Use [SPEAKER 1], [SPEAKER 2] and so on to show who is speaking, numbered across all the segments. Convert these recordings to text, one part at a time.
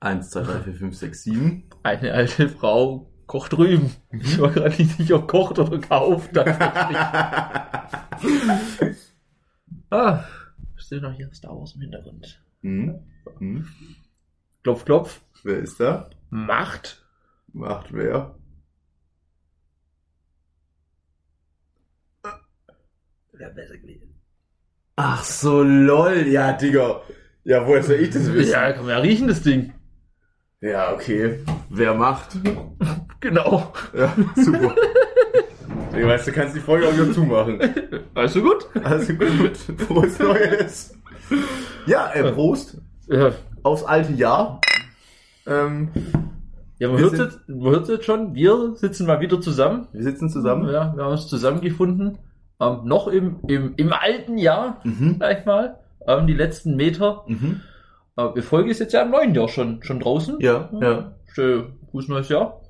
[SPEAKER 1] 1, 2, 3, 4, 5, 6, 7.
[SPEAKER 2] Eine alte Frau kocht drüben. Ich war gerade nicht sicher, ob kocht oder kauft. tatsächlich. ah, ich sehe noch hier Star Wars im Hintergrund.
[SPEAKER 1] Hm? Hm?
[SPEAKER 2] Klopf, klopf.
[SPEAKER 1] Wer ist da?
[SPEAKER 2] Macht.
[SPEAKER 1] Macht wer?
[SPEAKER 2] Wäre besser gewesen.
[SPEAKER 1] Ach so, lol. Ja, Digga. Ja, woher soll ich das wissen?
[SPEAKER 2] Ja, kann man ja riechen, das Ding.
[SPEAKER 1] ja okay. Wer macht?
[SPEAKER 2] Genau.
[SPEAKER 1] Ja, super. Ich weiß, du kannst die Folge auch wieder zumachen.
[SPEAKER 2] Weißt du gut?
[SPEAKER 1] Also gut, Prost Neues. Ja, äh, Prost
[SPEAKER 2] Ja,
[SPEAKER 1] aufs alte Jahr. Ähm,
[SPEAKER 2] ja man
[SPEAKER 1] Wir
[SPEAKER 2] hört
[SPEAKER 1] sind-
[SPEAKER 2] jetzt, man hört's jetzt schon. Wir sitzen mal wieder zusammen.
[SPEAKER 1] wir sitzen zusammen.
[SPEAKER 2] Ja, wir haben uns zusammengefunden. Ähm, noch im, im, im alten Jahr,
[SPEAKER 1] Mhm.
[SPEAKER 2] gleich mal. Ähm, die letzten Meter.
[SPEAKER 1] Mhm.
[SPEAKER 2] Äh, die Folge ist jetzt ja im neuen Jahr schon, schon draußen.
[SPEAKER 1] Ja, ja.
[SPEAKER 2] Schön, gutes neues Jahr.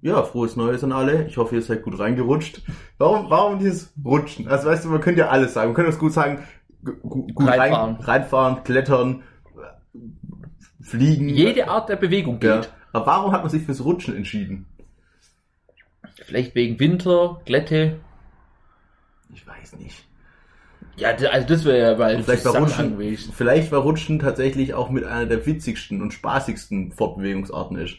[SPEAKER 1] Ja, frohes Neues an alle. Ich hoffe, ihr seid gut reingerutscht. Warum, warum dieses Rutschen? Also weißt du, man könnte ja alles sagen. Man könnte es gut sagen, gu- gu- gut
[SPEAKER 2] Reinfahren.
[SPEAKER 1] Rein, reinfahren, klettern, äh, fliegen.
[SPEAKER 2] Jede Art der Bewegung
[SPEAKER 1] ja.
[SPEAKER 2] geht.
[SPEAKER 1] Aber warum hat man sich fürs Rutschen entschieden?
[SPEAKER 2] Vielleicht wegen Winter, Glätte.
[SPEAKER 1] Ich weiß nicht.
[SPEAKER 2] Ja, d- also das wäre ja mal ein
[SPEAKER 1] Vielleicht war
[SPEAKER 2] Zusammenhang
[SPEAKER 1] Rutschen,
[SPEAKER 2] gewesen.
[SPEAKER 1] vielleicht war Rutschen tatsächlich auch mit einer der witzigsten und spaßigsten Fortbewegungsarten ist.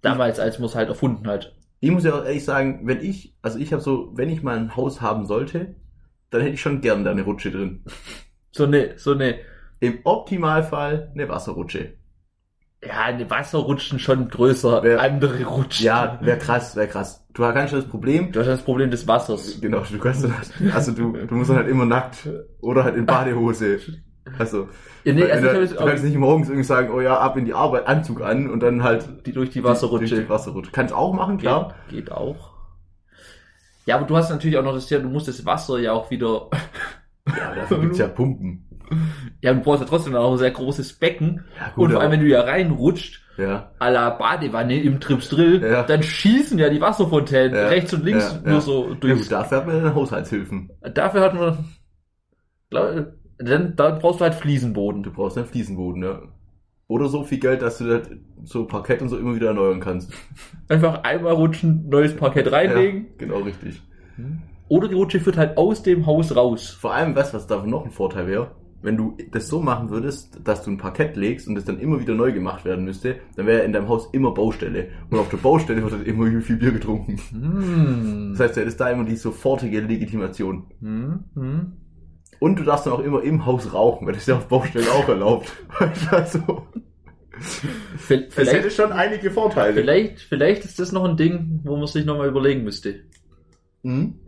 [SPEAKER 2] Damals, als man es halt erfunden hat.
[SPEAKER 1] Ich muss ja auch ehrlich sagen, wenn ich, also ich habe so, wenn ich mal ein Haus haben sollte, dann hätte ich schon gern da eine Rutsche drin.
[SPEAKER 2] So eine, so eine,
[SPEAKER 1] Im Optimalfall eine Wasserrutsche.
[SPEAKER 2] ja, eine Wasserrutschen schon größer,
[SPEAKER 1] Wer-
[SPEAKER 2] andere Rutschen.
[SPEAKER 1] Ja, wäre krass, wäre krass. Du hast gar nicht das Problem.
[SPEAKER 2] Du hast das Problem des Wassers.
[SPEAKER 1] Genau, du kannst dann halt, also du, du musst dann halt immer nackt oder halt in Badehose. Also,
[SPEAKER 2] Ja,
[SPEAKER 1] weil
[SPEAKER 2] nee,
[SPEAKER 1] wenn du,
[SPEAKER 2] also ich
[SPEAKER 1] du
[SPEAKER 2] habe
[SPEAKER 1] kannst
[SPEAKER 2] jetzt auch
[SPEAKER 1] nicht morgens irgendwie sagen, oh ja, ab in die Arbeit, Anzug an und dann halt
[SPEAKER 2] die durch die Wasserrutsche.
[SPEAKER 1] durch die Wasserrutsche. Kannst auch machen, klar.
[SPEAKER 2] Geht, geht auch. Ja, aber du hast natürlich auch noch das Thema, du musst das Wasser ja auch wieder.
[SPEAKER 1] Ja, aber dafür gibt's ja Pumpen.
[SPEAKER 2] Ja, du brauchst ja trotzdem auch ein sehr großes Becken.
[SPEAKER 1] Ja,
[SPEAKER 2] und vor allem,
[SPEAKER 1] aber-
[SPEAKER 2] wenn du ja reinrutscht,
[SPEAKER 1] ja.
[SPEAKER 2] à la Badewanne im Trips Drill,
[SPEAKER 1] Ja.
[SPEAKER 2] dann schießen ja die Wasserfontänen
[SPEAKER 1] Ja,
[SPEAKER 2] rechts und links
[SPEAKER 1] ja, ja.
[SPEAKER 2] nur so
[SPEAKER 1] ja,
[SPEAKER 2] durchs
[SPEAKER 1] gut, dafür hat man dann Haushaltshilfen.
[SPEAKER 2] Dafür hat man. Glaub, dann, dann brauchst du halt
[SPEAKER 1] Du
[SPEAKER 2] Fliesenboden.
[SPEAKER 1] brauchst einen Fliesenboden, ja. Oder so viel Geld, dass du das so Parkett und so immer wieder erneuern kannst.
[SPEAKER 2] Einfach einmal rutschen, neues Parkett reinlegen.
[SPEAKER 1] Ja, genau richtig.
[SPEAKER 2] Oder die Rutsche führt halt aus dem Haus raus.
[SPEAKER 1] Vor allem, weißt du, was davon noch ein Vorteil wäre? Wenn du das so machen würdest, dass du ein Parkett legst und es dann immer wieder neu gemacht werden müsste, dann wäre in deinem Haus immer Baustelle. Und auf der Baustelle wird dann immer viel Bier getrunken.
[SPEAKER 2] Hm.
[SPEAKER 1] Das heißt, du hättest da immer die sofortige Legitimation.
[SPEAKER 2] Hm, hm.
[SPEAKER 1] Und du darfst dann auch immer im Haus rauchen, weil das ist ja auf Baustellen auch erlaubt. also,
[SPEAKER 2] V-
[SPEAKER 1] es hätte
[SPEAKER 2] Vielleicht,
[SPEAKER 1] schon einige Vorteile.
[SPEAKER 2] vielleicht, vielleicht ist das noch ein Ding, wo man sich nochmal überlegen müsste.
[SPEAKER 1] Hm?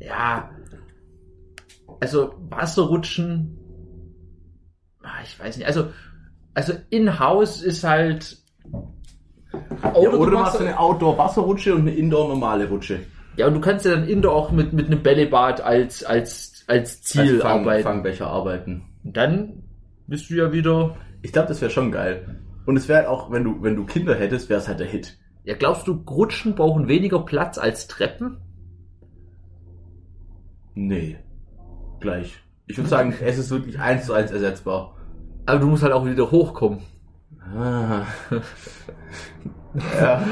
[SPEAKER 2] Ja. Also Wasserrutschen. Ah, Ich weiß nicht. Also, also in-house ist halt.
[SPEAKER 1] Ja, oder du machst
[SPEAKER 2] so-
[SPEAKER 1] eine Outdoor-Wasserrutsche und eine Indoor-normale Rutsche.
[SPEAKER 2] Ja, und du kannst ja dann Indoor auch mit, mit einem Bällebad als, als, als Ziel
[SPEAKER 1] Als Also Fang-
[SPEAKER 2] arbeiten.
[SPEAKER 1] Fangbecher arbeiten.
[SPEAKER 2] Und dann bist du ja wieder.
[SPEAKER 1] Ich glaube, das wäre schon geil. Und es wäre auch, wenn du, wenn du Kinder hättest, wäre es halt der Hit.
[SPEAKER 2] Ja, glaubst du, Rutschen brauchen weniger Platz als Treppen?
[SPEAKER 1] Nee. Gleich. Ich würde sagen, es ist wirklich eins zu eins ersetzbar.
[SPEAKER 2] Aber du musst halt auch wieder hochkommen.
[SPEAKER 1] Ah. ja.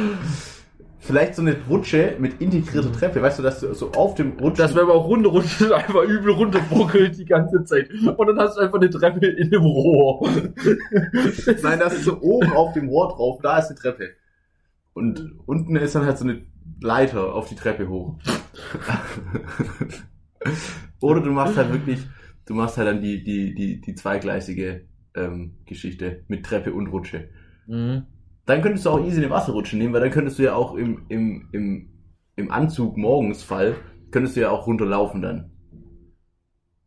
[SPEAKER 1] Vielleicht so eine Rutsche mit integrierter Treppe, weißt du, dass du so auf dem Rutschen.
[SPEAKER 2] Das, wenn man auch runter rutscht, einfach übel runterbuckelt die ganze Zeit. Und dann hast du einfach eine Treppe in dem Rohr.
[SPEAKER 1] Nein, das ist so oben auf dem Rohr drauf, da ist die Treppe. Und unten ist dann halt so eine Leiter auf die Treppe hoch. Oder du machst halt wirklich, du machst halt dann die, die, die, die zweigleisige ähm, Geschichte mit Treppe und Rutsche.
[SPEAKER 2] Mhm.
[SPEAKER 1] Dann könntest du auch easy eine Wasserrutsche nehmen, weil dann könntest du ja auch im, im, im, im Anzug morgens Fall, könntest du ja auch runterlaufen dann.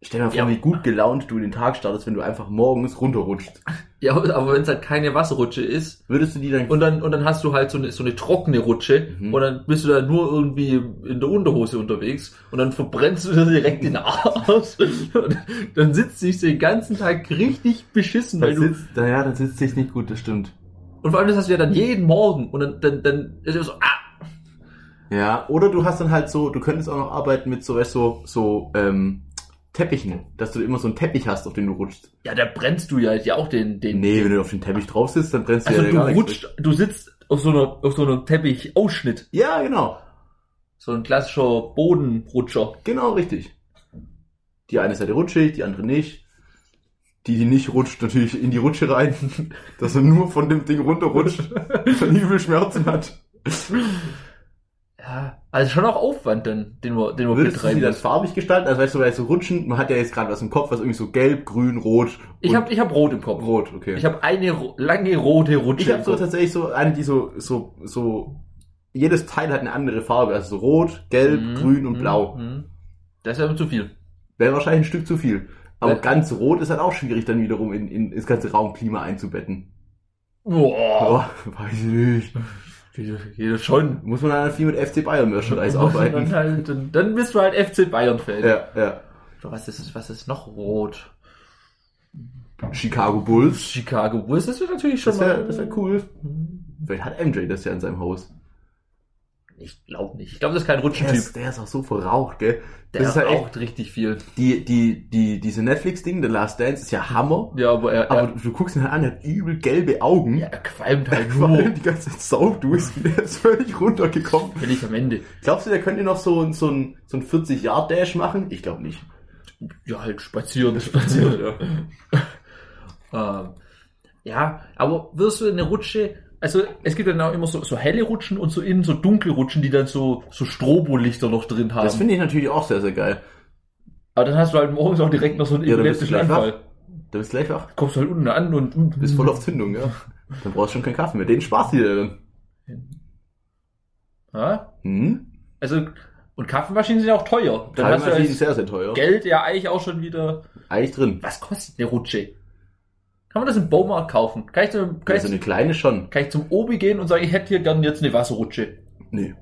[SPEAKER 1] Stell dir mal vor,
[SPEAKER 2] Ja.
[SPEAKER 1] wie gut gelaunt du in den Tag startest, wenn du einfach morgens runterrutschst.
[SPEAKER 2] Ja, aber wenn es halt keine Wasserrutsche ist.
[SPEAKER 1] Würdest du die dann
[SPEAKER 2] Und dann, und dann hast du halt so eine, so eine trockene Rutsche
[SPEAKER 1] Mhm.
[SPEAKER 2] und dann bist du da nur irgendwie in der Unterhose unterwegs und dann verbrennst du dir direkt den Arsch. Und dann sitzt dich den ganzen Tag richtig beschissen. Weil
[SPEAKER 1] Dann
[SPEAKER 2] du,
[SPEAKER 1] sitzt, na ja, dann sitzt sich nicht gut, das stimmt.
[SPEAKER 2] und vor allem das hast du ja dann jeden Morgen und dann, dann, dann ist es so, ah,
[SPEAKER 1] Ja, oder du hast dann halt so, du könntest auch noch arbeiten mit so, weißt, du, so, so ähm, Teppichen, dass du immer so einen Teppich hast, auf den du rutschst.
[SPEAKER 2] Ja, da brennst du ja, ja auch den, den.
[SPEAKER 1] Nee, wenn du auf den Teppich drauf sitzt, dann brennst du
[SPEAKER 2] also
[SPEAKER 1] ja
[SPEAKER 2] du
[SPEAKER 1] gar nichts
[SPEAKER 2] rutscht, du sitzt auf so einer, auf so einem Teppichausschnitt.
[SPEAKER 1] durch. Ja, genau.
[SPEAKER 2] So ein klassischer Bodenrutscher.
[SPEAKER 1] Genau, richtig. Die eine Seite rutschig, die andere nicht. Die, die nicht rutscht, natürlich in die Rutsche rein, dass er nur von dem Ding runterrutscht, dass er übel Schmerzen hat.
[SPEAKER 2] Ja, also schon auch Aufwand dann, den wir, den wir
[SPEAKER 1] Würdest du sie
[SPEAKER 2] betreiben.
[SPEAKER 1] das farbig gestalten? Also weißt du, weil so rutschen, man hat ja jetzt gerade was im Kopf, was irgendwie so gelb, grün, rot.
[SPEAKER 2] Ich
[SPEAKER 1] und
[SPEAKER 2] habe ich hab rot im Kopf.
[SPEAKER 1] rot, okay.
[SPEAKER 2] Ich habe eine ro lange rote Rutsche.
[SPEAKER 1] Ich habe
[SPEAKER 2] im
[SPEAKER 1] so
[SPEAKER 2] Kopf.
[SPEAKER 1] tatsächlich so eine, die so, so, so, jedes Teil hat eine andere Farbe, also so rot, gelb,
[SPEAKER 2] Mhm,
[SPEAKER 1] grün und
[SPEAKER 2] mhm,
[SPEAKER 1] blau.
[SPEAKER 2] mhm. Das ist aber zu viel.
[SPEAKER 1] Wäre wahrscheinlich ein Stück zu viel. Aber
[SPEAKER 2] Ja.
[SPEAKER 1] ganz rot ist halt auch schwierig, dann wiederum in, in ins ganze Raumklima einzubetten.
[SPEAKER 2] Boah.
[SPEAKER 1] Aber Oh, weiß ich nicht.
[SPEAKER 2] Geht, geht schon.
[SPEAKER 1] Muss man dann viel mit FC Bayern Merchandise
[SPEAKER 2] Dann,
[SPEAKER 1] arbeiten.
[SPEAKER 2] halt, dann, dann bist du halt FC Bayern-Fan.
[SPEAKER 1] Ja, ja.
[SPEAKER 2] Oder Was, ist, was ist noch rot?
[SPEAKER 1] Chicago Bulls.
[SPEAKER 2] Chicago Bulls, das wird natürlich schon
[SPEAKER 1] Das
[SPEAKER 2] mal. Mhm.
[SPEAKER 1] wäre das wär cool. Vielleicht hat MJ das ja in seinem Haus.
[SPEAKER 2] Ich glaube nicht. Ich glaube, das ist kein
[SPEAKER 1] Der
[SPEAKER 2] Rutschentyp.
[SPEAKER 1] ist, der ist auch so verraucht, gell?
[SPEAKER 2] Der
[SPEAKER 1] das ist halt echt-
[SPEAKER 2] raucht richtig viel.
[SPEAKER 1] Die, die, die, diese Netflix-Ding, The Last Dance, ist ja Hammer.
[SPEAKER 2] Ja, aber er,
[SPEAKER 1] Aber
[SPEAKER 2] er,
[SPEAKER 1] du guckst ihn halt an, er hat übel gelbe Augen.
[SPEAKER 2] ja, er qualmt halt
[SPEAKER 1] Vor
[SPEAKER 2] nur.
[SPEAKER 1] allem die ganze Zeit Saufdusen, der ist völlig runtergekommen.
[SPEAKER 2] Bin ich am Ende.
[SPEAKER 1] Glaubst du, der könnte noch so, ein- so ein, so ein 40-Yard-Dash machen? Ich glaube nicht.
[SPEAKER 2] Ja, halt spazieren. spazieren ja. ähm, ja, aber wirst du eine Rutsche. Also es gibt dann auch immer so, so helle Rutschen und so innen so dunkle Rutschen, die dann so, so Strobolichter noch drin haben.
[SPEAKER 1] Das finde ich natürlich auch sehr, sehr geil.
[SPEAKER 2] aber dann hast du halt morgens auch direkt noch so einen
[SPEAKER 1] Ja, dann bist du
[SPEAKER 2] epileptischen
[SPEAKER 1] gleich wach.
[SPEAKER 2] Anfall.
[SPEAKER 1] Da bist du gleich wach.
[SPEAKER 2] Kommst halt unten an und
[SPEAKER 1] Bist voll auf Zündung, ja. Dann brauchst du schon keinen Kaffee mehr. Den Spaß hier dann.
[SPEAKER 2] Ja?
[SPEAKER 1] Hm?
[SPEAKER 2] Also, und Kaffeemaschinen sind ja auch teuer. Dann hast du
[SPEAKER 1] Teilmaschinen
[SPEAKER 2] als
[SPEAKER 1] sehr, sehr teuer.
[SPEAKER 2] Geld ja eigentlich auch schon wieder.
[SPEAKER 1] Eigentlich drin.
[SPEAKER 2] Was kostet eine Rutsche? Kann man das im Baumarkt kaufen? Kann ich, zum, kann, ich,
[SPEAKER 1] Also eine kleine schon.
[SPEAKER 2] kann ich zum Obi gehen und sagen, ich hätte hier gern jetzt eine Wasserrutsche?
[SPEAKER 1] Nee.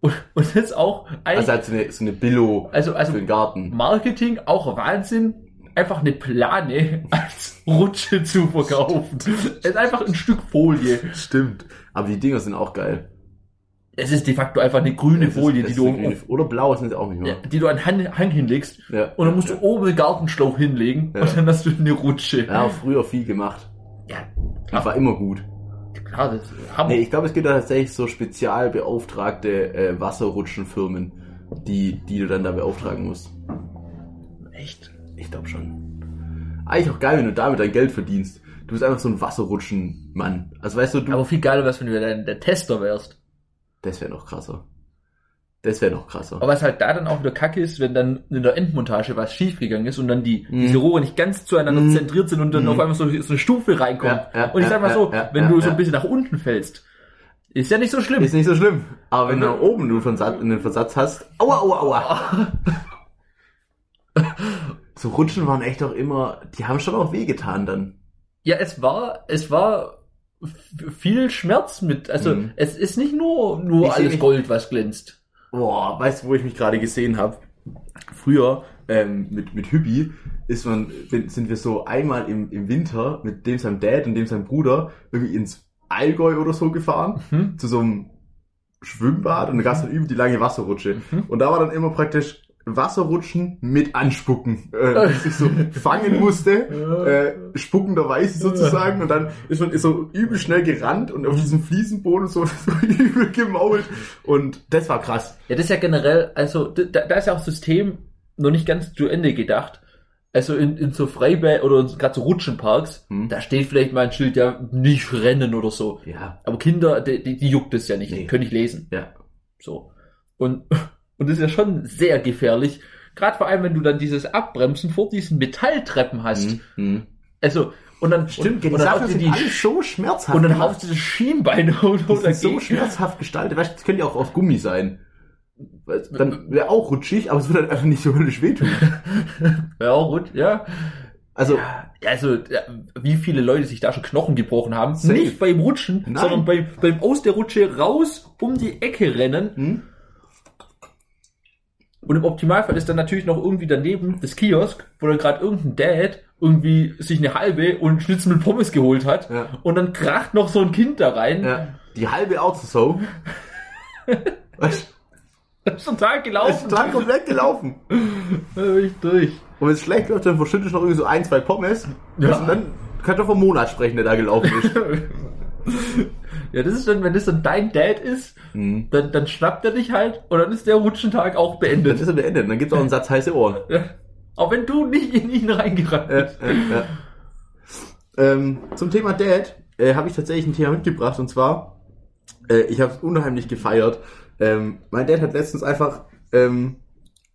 [SPEAKER 2] Und, und das ist auch eigentlich,
[SPEAKER 1] Also halt so eine, so eine Billo
[SPEAKER 2] also, also,
[SPEAKER 1] für den Garten.
[SPEAKER 2] Marketing auch Wahnsinn, einfach eine Plane als Rutsche zu verkaufen. Es ist einfach ein Stück Folie.
[SPEAKER 1] Stimmt. Aber die Dinger sind auch geil.
[SPEAKER 2] Es ist de facto einfach eine grüne
[SPEAKER 1] Es ist-
[SPEAKER 2] Folie,
[SPEAKER 1] es
[SPEAKER 2] die
[SPEAKER 1] ist
[SPEAKER 2] du,
[SPEAKER 1] eine grüne- Oder blau sind sie auch nicht
[SPEAKER 2] ja,
[SPEAKER 1] mehr.
[SPEAKER 2] die du an Hang, Hang hinlegst
[SPEAKER 1] Ja.
[SPEAKER 2] Und dann musst du oben den Gartenschlauch hinlegen
[SPEAKER 1] Ja.
[SPEAKER 2] und dann hast du eine Rutsche.
[SPEAKER 1] Ja, früher viel gemacht.
[SPEAKER 2] Ja,
[SPEAKER 1] Das war immer gut.
[SPEAKER 2] klar, das ist Hammer.
[SPEAKER 1] Nee, ich glaube, es gibt da tatsächlich so spezial beauftragte äh, Wasserrutschenfirmen, die, die du dann da beauftragen musst.
[SPEAKER 2] Echt?
[SPEAKER 1] Ich glaube schon. Eigentlich auch geil, wenn du damit dein Geld verdienst. Du bist einfach so ein Wasserrutschenmann. Also weißt du, du
[SPEAKER 2] Aber viel geiler wär's, wenn du dann der Tester wärst.
[SPEAKER 1] das wäre noch krasser. Das wäre noch krasser.
[SPEAKER 2] Aber was halt da dann auch wieder kacke ist, wenn dann in der Endmontage was schiefgegangen ist und dann die,
[SPEAKER 1] Mhm.
[SPEAKER 2] diese Rohre nicht ganz zueinander
[SPEAKER 1] Mhm.
[SPEAKER 2] zentriert sind und dann
[SPEAKER 1] Mhm.
[SPEAKER 2] auf einmal so, so eine Stufe reinkommt.
[SPEAKER 1] Ja, ja,
[SPEAKER 2] und ich sag
[SPEAKER 1] ja,
[SPEAKER 2] mal so,
[SPEAKER 1] ja, ja,
[SPEAKER 2] wenn
[SPEAKER 1] ja,
[SPEAKER 2] du so
[SPEAKER 1] ja.
[SPEAKER 2] ein bisschen nach unten fällst, ist ja nicht so schlimm.
[SPEAKER 1] ist nicht so schlimm. Aber wenn du
[SPEAKER 2] Aber-
[SPEAKER 1] da oben du Versatz, einen Versatz hast, aua, aua, aua. So Rutschen waren echt auch immer, die haben schon auch wehgetan dann.
[SPEAKER 2] Ja, es war, es war f- viel Schmerz mit. Also
[SPEAKER 1] Mhm.
[SPEAKER 2] es ist nicht nur,
[SPEAKER 1] Ich
[SPEAKER 2] nur
[SPEAKER 1] seh
[SPEAKER 2] alles
[SPEAKER 1] mich-
[SPEAKER 2] Gold, was glänzt.
[SPEAKER 1] Boah, weißt du, wo ich mich gerade gesehen habe? Früher ähm, mit, mit Hübi ist man, sind, sind wir so einmal im, im Winter mit dem seinem Dad und dem seinem Bruder irgendwie ins Allgäu oder so gefahren,
[SPEAKER 2] Mhm.
[SPEAKER 1] zu so einem Schwimmbad und da gab es dann üben die lange Wasserrutsche. Und da war dann immer praktisch Wasserrutschen mit Anspucken, äh, dass ich so fangen musste, äh, spuckenderweise sozusagen. Und dann ist man ist so übel schnell gerannt und auf diesem Fliesenboden so, so übel gemault. Und das war krass.
[SPEAKER 2] Ja, das ist ja generell, also d- da, da ist ja auch das System noch nicht ganz zu Ende gedacht. Also in, in so Freibad oder gerade so Rutschenparks,
[SPEAKER 1] Hm.
[SPEAKER 2] da steht vielleicht mal ein Schild, ja, nicht rennen oder so.
[SPEAKER 1] Ja,
[SPEAKER 2] Aber Kinder, die, die, die juckt es ja nicht, die
[SPEAKER 1] Nee.
[SPEAKER 2] können nicht lesen.
[SPEAKER 1] ja.
[SPEAKER 2] So. Und, und das ist ja schon sehr gefährlich. Gerade vor allem, wenn du dann dieses Abbremsen vor diesen Metalltreppen hast.
[SPEAKER 1] Hm? Mhm.
[SPEAKER 2] Also, und dann, und, und
[SPEAKER 1] die
[SPEAKER 2] dann
[SPEAKER 1] Sachen
[SPEAKER 2] haust du
[SPEAKER 1] sind
[SPEAKER 2] die,
[SPEAKER 1] alle so schmerzhaft.
[SPEAKER 2] und dann
[SPEAKER 1] gemacht.
[SPEAKER 2] haust du das Schienbein und,
[SPEAKER 1] die
[SPEAKER 2] oder
[SPEAKER 1] sind so schmerzhaft gestaltet. Weißt du, das könnte ja auch aus Gummi sein. Weil Dann wäre auch rutschig, aber es würde halt einfach nicht so höllisch wehtun.
[SPEAKER 2] Ja, gut, ja.
[SPEAKER 1] Also,
[SPEAKER 2] Ja, also ja, wie viele Leute sich da schon Knochen gebrochen haben.
[SPEAKER 1] Safe.
[SPEAKER 2] Nicht beim Rutschen,
[SPEAKER 1] Nein.
[SPEAKER 2] sondern beim, beim aus der Rutsche raus um die Ecke rennen.
[SPEAKER 1] hm?
[SPEAKER 2] Und im Optimalfall ist dann natürlich noch irgendwie daneben das Kiosk, wo dann gerade irgendein Dad irgendwie sich eine halbe und Schnitzel mit Pommes geholt hat.
[SPEAKER 1] Ja.
[SPEAKER 2] Und dann kracht noch so ein Kind da rein.
[SPEAKER 1] ja. Die halbe Autosau
[SPEAKER 2] Das ist total
[SPEAKER 1] ist
[SPEAKER 2] gelaufen.
[SPEAKER 1] total komplett gelaufen.
[SPEAKER 2] Da bin ich durch.
[SPEAKER 1] Und wenn es schlecht läuft, dann verschüttest du noch irgendwie so ein, zwei Pommes.
[SPEAKER 2] Ja.
[SPEAKER 1] Und dann kannst du vom Monat sprechen, der da gelaufen ist.
[SPEAKER 2] Ja, das ist dann, wenn das dann dein Dad ist,
[SPEAKER 1] Mhm.
[SPEAKER 2] dann, dann schnappt er dich halt und dann ist der Rutschentag
[SPEAKER 1] Dann
[SPEAKER 2] auch beendet.
[SPEAKER 1] ist er beendet. Dann gibt es auch einen Satz heiße Ohren.
[SPEAKER 2] Ja. Auch wenn du nicht in ihn reingerannt
[SPEAKER 1] Ja,
[SPEAKER 2] bist.
[SPEAKER 1] ja, ja. Äh, ähm, zum Thema Dad äh, habe ich tatsächlich ein Thema mitgebracht und zwar, äh, ich habe es unheimlich gefeiert. Ähm, mein Dad hat letztens einfach ähm,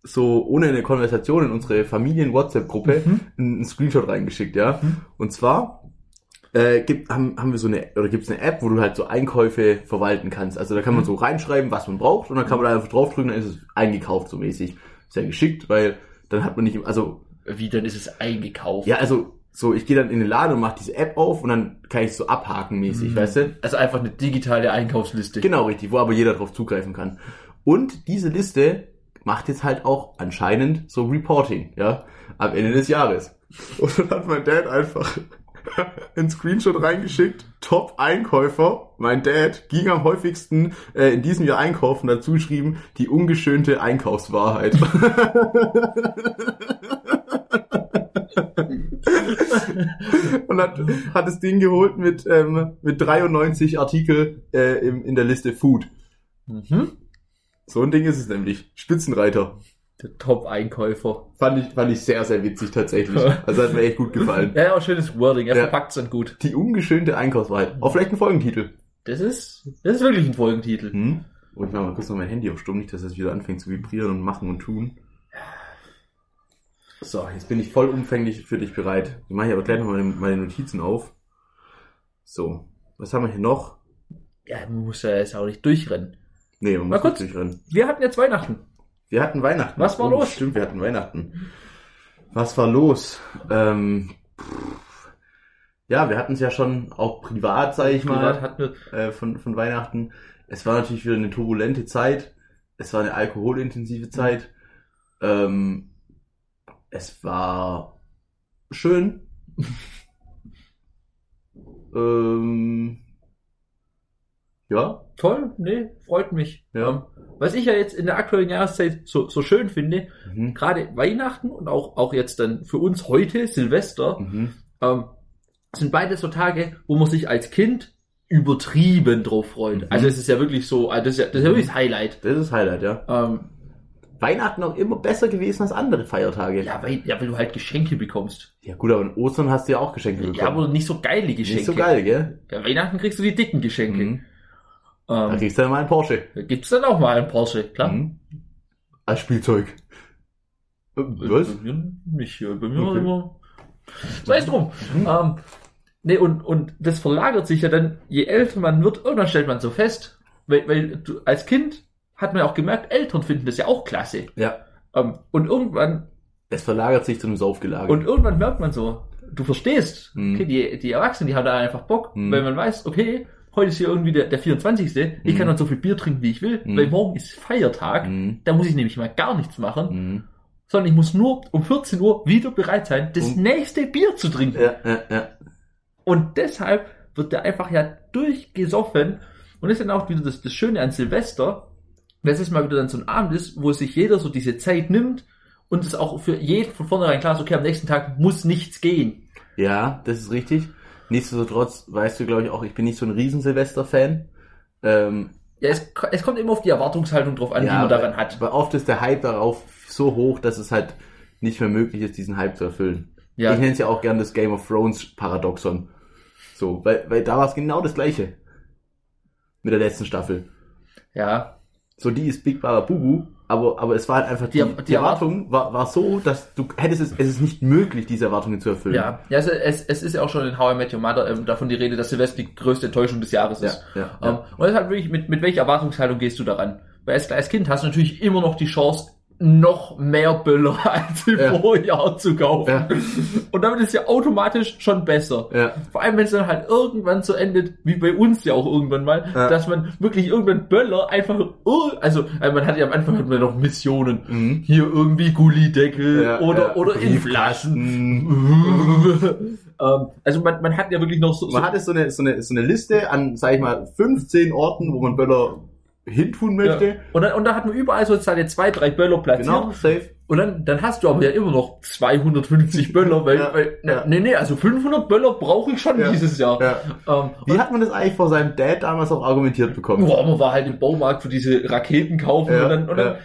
[SPEAKER 1] so ohne eine Konversation in unsere Familien-WhatsApp-Gruppe einen, einen Screenshot reingeschickt, ja. Und zwar äh, gibt, haben, haben wir so eine oder gibt es eine App, wo du halt so Einkäufe verwalten kannst. Also da kann man so reinschreiben, was man braucht und dann kann man da einfach draufdrücken, dann ist es eingekauft so mäßig. Sehr geschickt, weil dann hat man nicht, im- also
[SPEAKER 2] Wie, dann ist es eingekauft?
[SPEAKER 1] ja, also so, ich gehe dann in den Laden und mache diese App auf und dann kann ich so abhaken mäßig, weißt du?
[SPEAKER 2] Also einfach eine digitale Einkaufsliste.
[SPEAKER 1] Genau richtig, wo aber jeder drauf zugreifen kann. Und diese Liste macht jetzt halt auch anscheinend so Reporting, ja, am Ende des Jahres. Und dann hat mein Dad einfach einen Screenshot reingeschickt, Top-Einkäufer, mein Dad ging am häufigsten äh, in diesem Jahr einkaufen, dazu geschrieben, die ungeschönte Einkaufswahrheit. und hat, hat das Ding geholt mit, ähm, mit 93 Artikel äh, im, in der Liste Food.
[SPEAKER 2] Mhm.
[SPEAKER 1] So ein Ding ist es nämlich. Spitzenreiter.
[SPEAKER 2] Der Top-Einkäufer.
[SPEAKER 1] Fand ich, fand ich sehr, sehr witzig tatsächlich. Also hat mir echt gut gefallen.
[SPEAKER 2] Ja, ja, auch schönes Wording. Er
[SPEAKER 1] Ja.
[SPEAKER 2] verpackt's dann gut.
[SPEAKER 1] Die ungeschönte Einkaufswahl. Auch vielleicht ein Folgentitel.
[SPEAKER 2] Das ist, das ist wirklich ein Folgentitel.
[SPEAKER 1] Hm? Und ich mach mal kurz noch mein Handy auf Stumm, nicht, dass es wieder anfängt zu vibrieren und machen und tun. So, jetzt bin ich vollumfänglich für dich bereit. Dann mache ich aber gleich noch meine, meine Notizen auf. So, was haben wir hier noch?
[SPEAKER 2] Ja, man muss ja jetzt auch nicht durchrennen.
[SPEAKER 1] Nee, man
[SPEAKER 2] Mal
[SPEAKER 1] muss
[SPEAKER 2] kurz.
[SPEAKER 1] natürlich rennen.
[SPEAKER 2] Wir hatten jetzt Weihnachten.
[SPEAKER 1] Wir hatten Weihnachten. Oh,
[SPEAKER 2] Was war los?
[SPEAKER 1] Stimmt, wir hatten Weihnachten. Was war los? Ähm, pff. ja, wir hatten es ja schon auch privat, sage ich
[SPEAKER 2] Privat
[SPEAKER 1] mal,
[SPEAKER 2] hatten wir,
[SPEAKER 1] äh, von, von Weihnachten. Es war natürlich wieder eine turbulente Zeit. Es war eine alkoholintensive Zeit. Ähm, es war schön. ähm, ja,
[SPEAKER 2] toll, nee, freut mich.
[SPEAKER 1] Ja.
[SPEAKER 2] Ähm, Was ich ja jetzt in der aktuellen Jahreszeit so, so schön finde,
[SPEAKER 1] mhm.
[SPEAKER 2] gerade Weihnachten und auch, auch jetzt dann für uns heute, Silvester,
[SPEAKER 1] Mhm.
[SPEAKER 2] ähm, sind beide so Tage, wo man sich als Kind übertrieben drauf freut.
[SPEAKER 1] Mhm.
[SPEAKER 2] Also es ist ja wirklich so, also das ist ja, das ist ja wirklich das Highlight.
[SPEAKER 1] das ist Highlight, ja.
[SPEAKER 2] Ähm,
[SPEAKER 1] Weihnachten auch immer besser gewesen als andere Feiertage.
[SPEAKER 2] ja, weil, ja, weil du halt Geschenke bekommst.
[SPEAKER 1] Ja gut, aber in Ostern hast du ja auch Geschenke bekommen.
[SPEAKER 2] Ja, aber nicht so geile Geschenke.
[SPEAKER 1] Nicht so geil, gell?
[SPEAKER 2] Ja, Weihnachten kriegst du die dicken Geschenke.
[SPEAKER 1] Mhm. Da
[SPEAKER 2] Ähm,
[SPEAKER 1] kriegst du dann mal einen Porsche.
[SPEAKER 2] gibt's dann auch mal einen Porsche, klar.
[SPEAKER 1] Mhm. Als Spielzeug. Äh, Was?
[SPEAKER 2] Bei mir nicht. ja. Bei mir war
[SPEAKER 1] Okay. Hm?
[SPEAKER 2] immer. Sei es drum. Ähm, nee, und, und das verlagert sich ja dann, je älter man wird, und dann stellt man so fest, weil, weil du, als Kind hat man auch gemerkt, Eltern finden das ja auch klasse.
[SPEAKER 1] Ja.
[SPEAKER 2] Ähm, und irgendwann,
[SPEAKER 1] Es verlagert sich zu einem Saufgelage.
[SPEAKER 2] und irgendwann merkt man so, du verstehst,
[SPEAKER 1] Mhm.
[SPEAKER 2] okay, die, die Erwachsenen, die haben da einfach Bock,
[SPEAKER 1] Mhm.
[SPEAKER 2] weil man weiß, okay, heute ist hier irgendwie der, der 24. Ich
[SPEAKER 1] Mhm.
[SPEAKER 2] kann dann so viel Bier trinken, wie ich will,
[SPEAKER 1] Mhm.
[SPEAKER 2] weil morgen ist Feiertag.
[SPEAKER 1] mhm.
[SPEAKER 2] Da muss ich nämlich mal gar nichts machen
[SPEAKER 1] Mhm.
[SPEAKER 2] sondern ich muss nur um 14 Uhr wieder bereit sein, das
[SPEAKER 1] Um-
[SPEAKER 2] nächste Bier zu trinken.
[SPEAKER 1] Ja, ja, ja.
[SPEAKER 2] Und deshalb wird der einfach ja durchgesoffen. Und das ist dann auch wieder das, das Schöne an Silvester, dass es mal wieder dann so ein Abend ist, wo sich jeder so diese Zeit nimmt und es auch für jeden von vornherein klar ist, okay, am nächsten Tag muss nichts gehen.
[SPEAKER 1] ja, das ist richtig. Nichtsdestotrotz weißt du, glaube ich, auch, ich bin nicht so ein Riesen-Silvester-Fan. Ähm,
[SPEAKER 2] Ja, es, ko- es kommt immer auf die Erwartungshaltung drauf an, die man daran hat.
[SPEAKER 1] Weil oft ist der Hype darauf so hoch, dass es halt nicht mehr möglich ist, diesen Hype zu erfüllen.
[SPEAKER 2] Ja,
[SPEAKER 1] Ich nenne es ja auch gern das Game of Thrones Paradoxon. So, weil, weil da war es genau das gleiche. Mit der letzten Staffel.
[SPEAKER 2] ja.
[SPEAKER 1] So, die ist Big Baba Bubu, aber, aber es war halt einfach die,
[SPEAKER 2] Die-
[SPEAKER 1] die,
[SPEAKER 2] die
[SPEAKER 1] Erwartung war, war so, dass du hättest es, es ist nicht möglich, diese Erwartungen zu erfüllen.
[SPEAKER 2] Ja, ja es, es, es ist ja auch schon in How I Met Your Mother ähm, davon die Rede, dass Silvester die größte Enttäuschung des Jahres
[SPEAKER 1] ja,
[SPEAKER 2] ist.
[SPEAKER 1] ja,
[SPEAKER 2] Ähm,
[SPEAKER 1] ja.
[SPEAKER 2] Und deshalb wirklich, mit, mit welcher Erwartungshaltung gehst du daran? Weil als kleines Kind hast du natürlich immer noch die Chance, noch mehr Böller als im
[SPEAKER 1] Ja.
[SPEAKER 2] Vorjahr zu kaufen.
[SPEAKER 1] Ja.
[SPEAKER 2] Und damit ist ja automatisch schon besser.
[SPEAKER 1] ja.
[SPEAKER 2] Vor allem, wenn es dann halt irgendwann so endet, wie bei uns ja auch irgendwann mal,
[SPEAKER 1] Ja.
[SPEAKER 2] dass man wirklich irgendwann Böller einfach, ir- also äh, man hatte ja am Anfang hat man noch Missionen.
[SPEAKER 1] Mhm.
[SPEAKER 2] Hier irgendwie Gullideckel
[SPEAKER 1] Ja,
[SPEAKER 2] oder,
[SPEAKER 1] ja. Mm,
[SPEAKER 2] oder in Flaschen.
[SPEAKER 1] Briefkasten.
[SPEAKER 2] ähm, also man, man hat ja wirklich noch so, so
[SPEAKER 1] Man hatte so eine, so eine, so eine Liste an, sag ich mal, 15 Orten, wo man Böller hintun möchte.
[SPEAKER 2] Ja. Und, dann, und da hat man überall so seine zwei, drei Böller platziert.
[SPEAKER 1] Genau, safe.
[SPEAKER 2] Und dann, dann hast du aber ja immer noch 250 Böller, weil,
[SPEAKER 1] Ja,
[SPEAKER 2] weil
[SPEAKER 1] ja.
[SPEAKER 2] nee, nee, also 500 Böller brauche ich schon
[SPEAKER 1] Ja,
[SPEAKER 2] dieses Jahr.
[SPEAKER 1] Ja.
[SPEAKER 2] Ähm,
[SPEAKER 1] Wie hat man das eigentlich vor seinem Dad damals auch argumentiert bekommen?
[SPEAKER 2] boah, man war halt im Baumarkt für diese Raketen kaufen
[SPEAKER 1] Ja,
[SPEAKER 2] und dann, und,
[SPEAKER 1] ja.
[SPEAKER 2] dann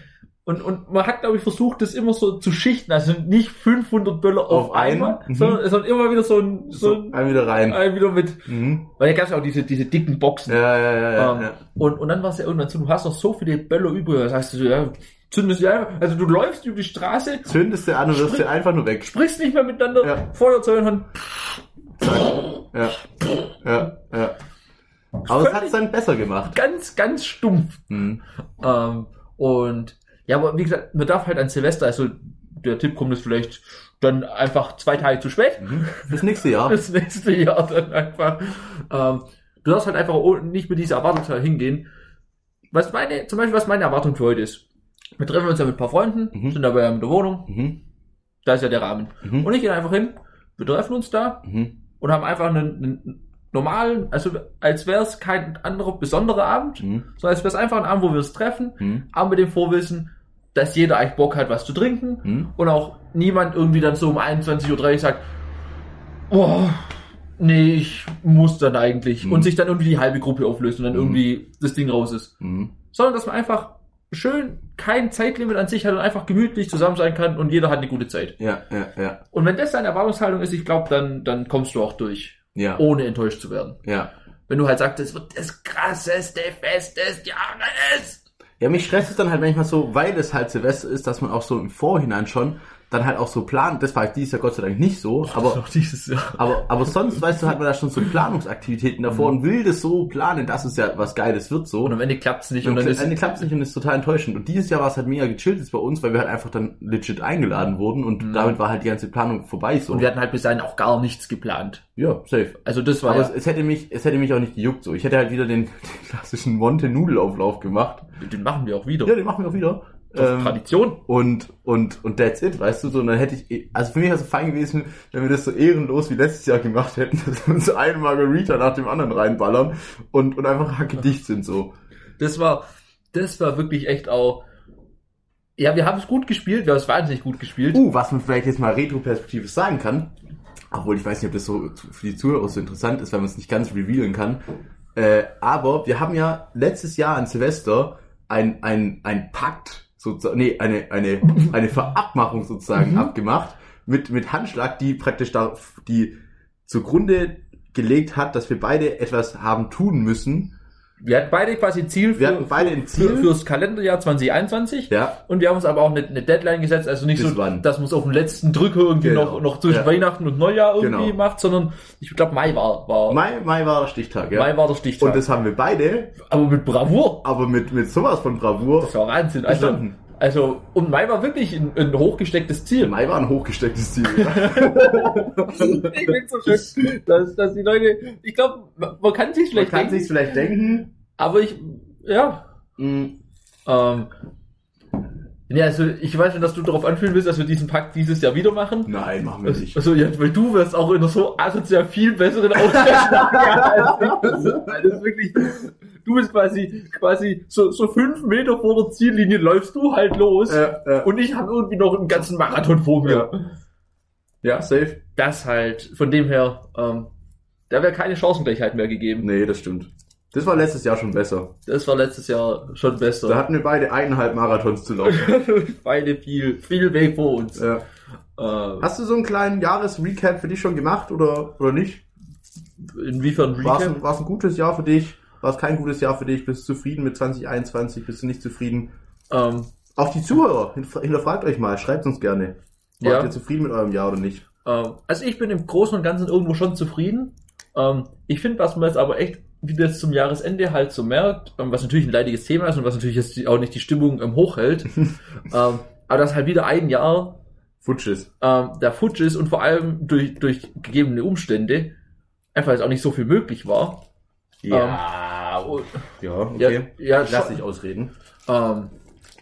[SPEAKER 2] und, und man hat, glaube ich, versucht, das immer so zu schichten. Also nicht 500 Böller auf,
[SPEAKER 1] Auf einmal?
[SPEAKER 2] einmal,
[SPEAKER 1] Mhm.
[SPEAKER 2] sondern, sondern immer wieder so ein, so
[SPEAKER 1] So,
[SPEAKER 2] ein,
[SPEAKER 1] einmal wieder rein.
[SPEAKER 2] ein wieder mit,
[SPEAKER 1] Mhm.
[SPEAKER 2] weil da gab es ja auch diese, diese dicken Boxen.
[SPEAKER 1] Ja, ja, ja, ja.
[SPEAKER 2] Ähm,
[SPEAKER 1] ja.
[SPEAKER 2] Und, und dann war es ja irgendwann so, du hast noch so viele Böller übrig, das heißt, ja, zündest du einfach, also du läufst über die Straße,
[SPEAKER 1] Zündest du an und wirst dir einfach nur weg.
[SPEAKER 2] sprichst nicht mehr miteinander,
[SPEAKER 1] Ja.
[SPEAKER 2] Feuerzeug und
[SPEAKER 1] Ja. Ja, ja. Aber es hat es dann besser gemacht.
[SPEAKER 2] ganz, ganz stumpf.
[SPEAKER 1] Mhm.
[SPEAKER 2] Ähm, und ja, aber wie gesagt, man darf halt an Silvester, also der Tipp kommt jetzt vielleicht dann einfach zwei Tage zu spät,
[SPEAKER 1] Mhm. Das nächste Jahr.
[SPEAKER 2] das nächste Jahr dann einfach. Ähm, du darfst halt einfach oh- nicht mit dieser Erwartungshaltung hingehen. Was meine, zum Beispiel, was meine Erwartung für heute ist. Wir treffen uns ja mit ein paar Freunden,
[SPEAKER 1] Mhm.
[SPEAKER 2] sind dabei in der Wohnung,
[SPEAKER 1] Mhm.
[SPEAKER 2] da ist ja der Rahmen.
[SPEAKER 1] Mhm.
[SPEAKER 2] Und ich gehe einfach hin, wir treffen uns da
[SPEAKER 1] Mhm.
[SPEAKER 2] und haben einfach einen, einen normalen, also als wäre es kein anderer besonderer Abend,
[SPEAKER 1] Mhm.
[SPEAKER 2] sondern als wäre es einfach ein Abend, wo wir uns treffen,
[SPEAKER 1] Mhm.
[SPEAKER 2] aber mit dem Vorwissen, dass jeder eigentlich Bock hat, was zu trinken
[SPEAKER 1] Mhm.
[SPEAKER 2] und auch niemand irgendwie dann so um 21.30 Uhr sagt, oh, nee, ich muss dann eigentlich
[SPEAKER 1] Mhm.
[SPEAKER 2] und sich dann irgendwie die halbe Gruppe auflöst und dann
[SPEAKER 1] Mhm.
[SPEAKER 2] irgendwie das Ding raus ist.
[SPEAKER 1] Mhm.
[SPEAKER 2] Sondern, dass man einfach schön kein Zeitlimit an sich hat und einfach gemütlich zusammen sein kann und jeder hat eine gute Zeit.
[SPEAKER 1] Ja, ja, ja.
[SPEAKER 2] Und wenn das deine Erwartungshaltung ist, ich glaube, dann, dann kommst du auch durch,
[SPEAKER 1] Ja.
[SPEAKER 2] ohne enttäuscht zu werden.
[SPEAKER 1] Ja.
[SPEAKER 2] Wenn du halt sagst, es wird das krasseste Fest des Jahres.
[SPEAKER 1] Ja, mich stresst es dann halt manchmal so, weil es halt Silvester ist, dass man auch so im Vorhinein schon dann halt auch so plant. Das war halt dieses Jahr Gott sei Dank nicht so, aber,
[SPEAKER 2] dieses Jahr.
[SPEAKER 1] aber, aber sonst, weißt du, hat man da schon so Planungsaktivitäten davor und will das so planen, dass es ja was Geiles wird so.
[SPEAKER 2] Und am Ende klappt's nicht.
[SPEAKER 1] Und
[SPEAKER 2] Und,
[SPEAKER 1] dann
[SPEAKER 2] dann ist,
[SPEAKER 1] klappt es nicht und ist total enttäuschend. Und dieses Jahr war es halt mega gechillt jetzt bei uns, weil wir halt einfach dann legit eingeladen wurden und
[SPEAKER 2] Mhm.
[SPEAKER 1] damit war halt die ganze Planung vorbei so.
[SPEAKER 2] und wir hatten halt bis dahin auch gar nichts geplant.
[SPEAKER 1] ja, safe.
[SPEAKER 2] Also das war
[SPEAKER 1] Aber es,
[SPEAKER 2] ja,
[SPEAKER 1] es hätte mich, es hätte mich auch nicht gejuckt so. Ich hätte halt wieder den, den klassischen Monte-Nudelauflauf gemacht.
[SPEAKER 2] den machen wir auch wieder.
[SPEAKER 1] Ja, den machen wir auch wieder.
[SPEAKER 2] das ist
[SPEAKER 1] Ähm,
[SPEAKER 2] Tradition.
[SPEAKER 1] und, und, und that's it, weißt du, so, und dann hätte ich, eh- also für mich wäre es fein gewesen, wenn wir das so ehrenlos wie letztes Jahr gemacht hätten, dass wir uns einen Margarita nach dem anderen reinballern und, und einfach hackedicht sind, so.
[SPEAKER 2] Das war, das war wirklich echt auch. Ja, wir haben es gut gespielt, wir haben es wahnsinnig gut gespielt.
[SPEAKER 1] Uh, was man vielleicht jetzt mal retroperspektivisch sagen kann, obwohl ich weiß nicht, ob das so zu- für die Zuhörer so interessant ist, weil man es nicht ganz revealen kann, äh, aber wir haben ja letztes Jahr an Silvester ein, ein, ein Pakt, sozusagen, nee, eine, eine, eine Verabmachung sozusagen
[SPEAKER 2] Mhm.
[SPEAKER 1] abgemacht, mit, mit Handschlag, die praktisch da, die zugrunde gelegt hat, dass wir beide etwas haben tun müssen.
[SPEAKER 2] Wir hatten beide quasi ein Ziel
[SPEAKER 1] Wir
[SPEAKER 2] für,
[SPEAKER 1] hatten beide ein
[SPEAKER 2] für,
[SPEAKER 1] Ziel.
[SPEAKER 2] fürs Kalenderjahr 2021.
[SPEAKER 1] Ja,
[SPEAKER 2] Und wir haben uns aber auch eine, eine Deadline gesetzt, also nicht
[SPEAKER 1] Bis
[SPEAKER 2] so,
[SPEAKER 1] wann?
[SPEAKER 2] dass man es auf den letzten Drücker irgendwie
[SPEAKER 1] Genau.
[SPEAKER 2] noch, noch zwischen
[SPEAKER 1] Ja.
[SPEAKER 2] Weihnachten und Neujahr irgendwie
[SPEAKER 1] Genau.
[SPEAKER 2] macht, sondern ich glaube Mai war, war
[SPEAKER 1] Mai, Mai war der Stichtag, ja.
[SPEAKER 2] Mai war der Stichtag.
[SPEAKER 1] Und das haben wir beide,
[SPEAKER 2] aber mit Bravour.
[SPEAKER 1] aber mit, mit sowas von Bravour
[SPEAKER 2] Das war Wahnsinn. Also,
[SPEAKER 1] Bestanden.
[SPEAKER 2] also und Mai war wirklich ein, ein hochgestecktes Ziel.
[SPEAKER 1] Mai war ein hochgestecktes Ziel. Ja.
[SPEAKER 2] Ich find's so schön, dass, dass die Leute, ich glaube, man kann sich
[SPEAKER 1] Man
[SPEAKER 2] vielleicht
[SPEAKER 1] kann
[SPEAKER 2] denken,
[SPEAKER 1] sich vielleicht denken.
[SPEAKER 2] aber ich, ja,
[SPEAKER 1] mm,
[SPEAKER 2] ähm, ja, also ich weiß schon, dass du darauf anfühlen willst, dass wir diesen Pakt dieses Jahr wieder machen.
[SPEAKER 1] Nein, machen wir nicht.
[SPEAKER 2] Also, ja, weil du wirst auch in einer so asozial viel besseren Ausgangslage als ich. Das ist wirklich, du bist quasi, quasi so, so fünf Meter vor der Ziellinie läufst du halt los.
[SPEAKER 1] äh,
[SPEAKER 2] Und ich habe irgendwie noch einen ganzen Marathon vor mir.
[SPEAKER 1] ja, safe.
[SPEAKER 2] Das halt, von dem her, ähm, da wäre keine Chancengleichheit mehr gegeben.
[SPEAKER 1] Nee, das stimmt. Das war letztes Jahr schon besser.
[SPEAKER 2] Das war letztes Jahr schon
[SPEAKER 1] Da
[SPEAKER 2] besser.
[SPEAKER 1] hatten wir beide eineinhalb Marathons zu laufen.
[SPEAKER 2] Beide viel, viel Weg vor uns.
[SPEAKER 1] Ja.
[SPEAKER 2] Ähm,
[SPEAKER 1] Hast du so einen kleinen Jahresrecap für dich schon gemacht oder, oder nicht?
[SPEAKER 2] inwiefern
[SPEAKER 1] War es
[SPEAKER 2] Recap?
[SPEAKER 1] ein, war's ein gutes Jahr für dich? War es kein gutes Jahr für dich? Bist du zufrieden mit 2021? Bist du nicht zufrieden?
[SPEAKER 2] Ähm,
[SPEAKER 1] Auch die Zuhörer, hinf- hinterfragt euch mal, schreibt uns gerne. Wart
[SPEAKER 2] Ja.
[SPEAKER 1] ihr zufrieden mit eurem Jahr oder nicht?
[SPEAKER 2] Ähm, also ich bin im Großen und Ganzen irgendwo schon zufrieden. Ähm, ich finde, was man jetzt aber echt wieder zum Jahresende halt so merkt, ähm, was natürlich ein leidiges Thema ist und was natürlich jetzt die- auch nicht die Stimmung ähm, hochhält, ähm, aber dass halt wieder ein Jahr
[SPEAKER 1] Futsches.
[SPEAKER 2] ähm, da futsch ist und vor allem durch, durch gegebene Umstände einfach jetzt auch nicht so viel möglich war.
[SPEAKER 1] Ja.
[SPEAKER 2] Ähm, und-
[SPEAKER 1] ja, okay.
[SPEAKER 2] Ja, ja,
[SPEAKER 1] Lass
[SPEAKER 2] schon.
[SPEAKER 1] dich ausreden.
[SPEAKER 2] Ähm,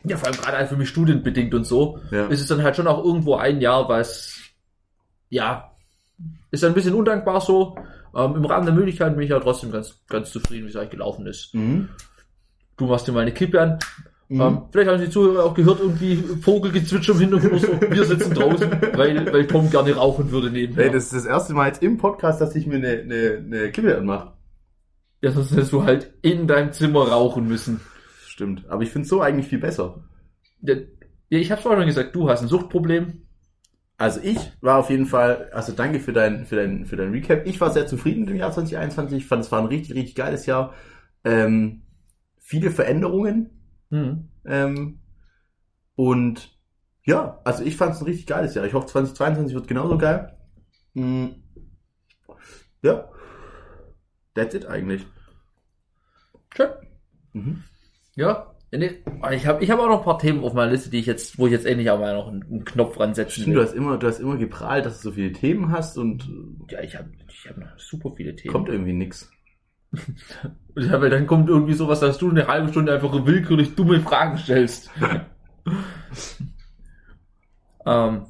[SPEAKER 2] ja, vor allem gerade halt für mich studienbedingt und so,
[SPEAKER 1] Ja.
[SPEAKER 2] ist es dann halt schon auch irgendwo ein Jahr, was, ja, ist ein bisschen undankbar so. Ähm, Im Rahmen der Möglichkeiten bin ich ja trotzdem ganz, ganz zufrieden, wie es eigentlich gelaufen ist.
[SPEAKER 1] Mhm.
[SPEAKER 2] du machst dir mal eine Kippe an. Ähm, vielleicht haben Sie Zuhörer auch gehört, irgendwie Vogelgezwitscher im Hintergrund oder so. Wir sitzen draußen, weil, weil Tom gerne rauchen würde nebenher.
[SPEAKER 1] Ey, das ist das erste Mal jetzt im Podcast, dass ich mir eine, eine, eine Kippe anmache.
[SPEAKER 2] ja, sonst hättest du halt in deinem Zimmer rauchen müssen.
[SPEAKER 1] Stimmt. Aber ich finde so eigentlich viel besser.
[SPEAKER 2] Ja, ja, ich hab's vorhin schon gesagt, du hast ein Suchtproblem.
[SPEAKER 1] Also ich war auf jeden Fall, also danke für dein, für dein, für dein Recap. Ich war sehr zufrieden mit dem Jahr 2021. Ich fand, es war ein richtig, richtig geiles Jahr. Ähm, viele Veränderungen.
[SPEAKER 2] Hm.
[SPEAKER 1] Ähm, und ja, also ich fand es ein richtig geiles Jahr. Ich hoffe, 2022 wird genauso geil. Hm. Ja. That's it eigentlich.
[SPEAKER 2] Schön.
[SPEAKER 1] Mhm.
[SPEAKER 2] Ja. Ja, nee. Ah, Ich habe ich hab auch noch ein paar Themen auf meiner Liste, die ich jetzt, wo ich jetzt endlich auch mal noch einen, einen Knopf ransetzen
[SPEAKER 1] Stimmt, du hast immer, du hast immer geprahlt, dass du so viele Themen hast und
[SPEAKER 2] Ja, ich habe ich hab noch super viele Themen.
[SPEAKER 1] kommt irgendwie nix.
[SPEAKER 2] Ja, weil dann kommt irgendwie sowas, dass du eine halbe Stunde einfach willkürlich dumme Fragen stellst. ähm,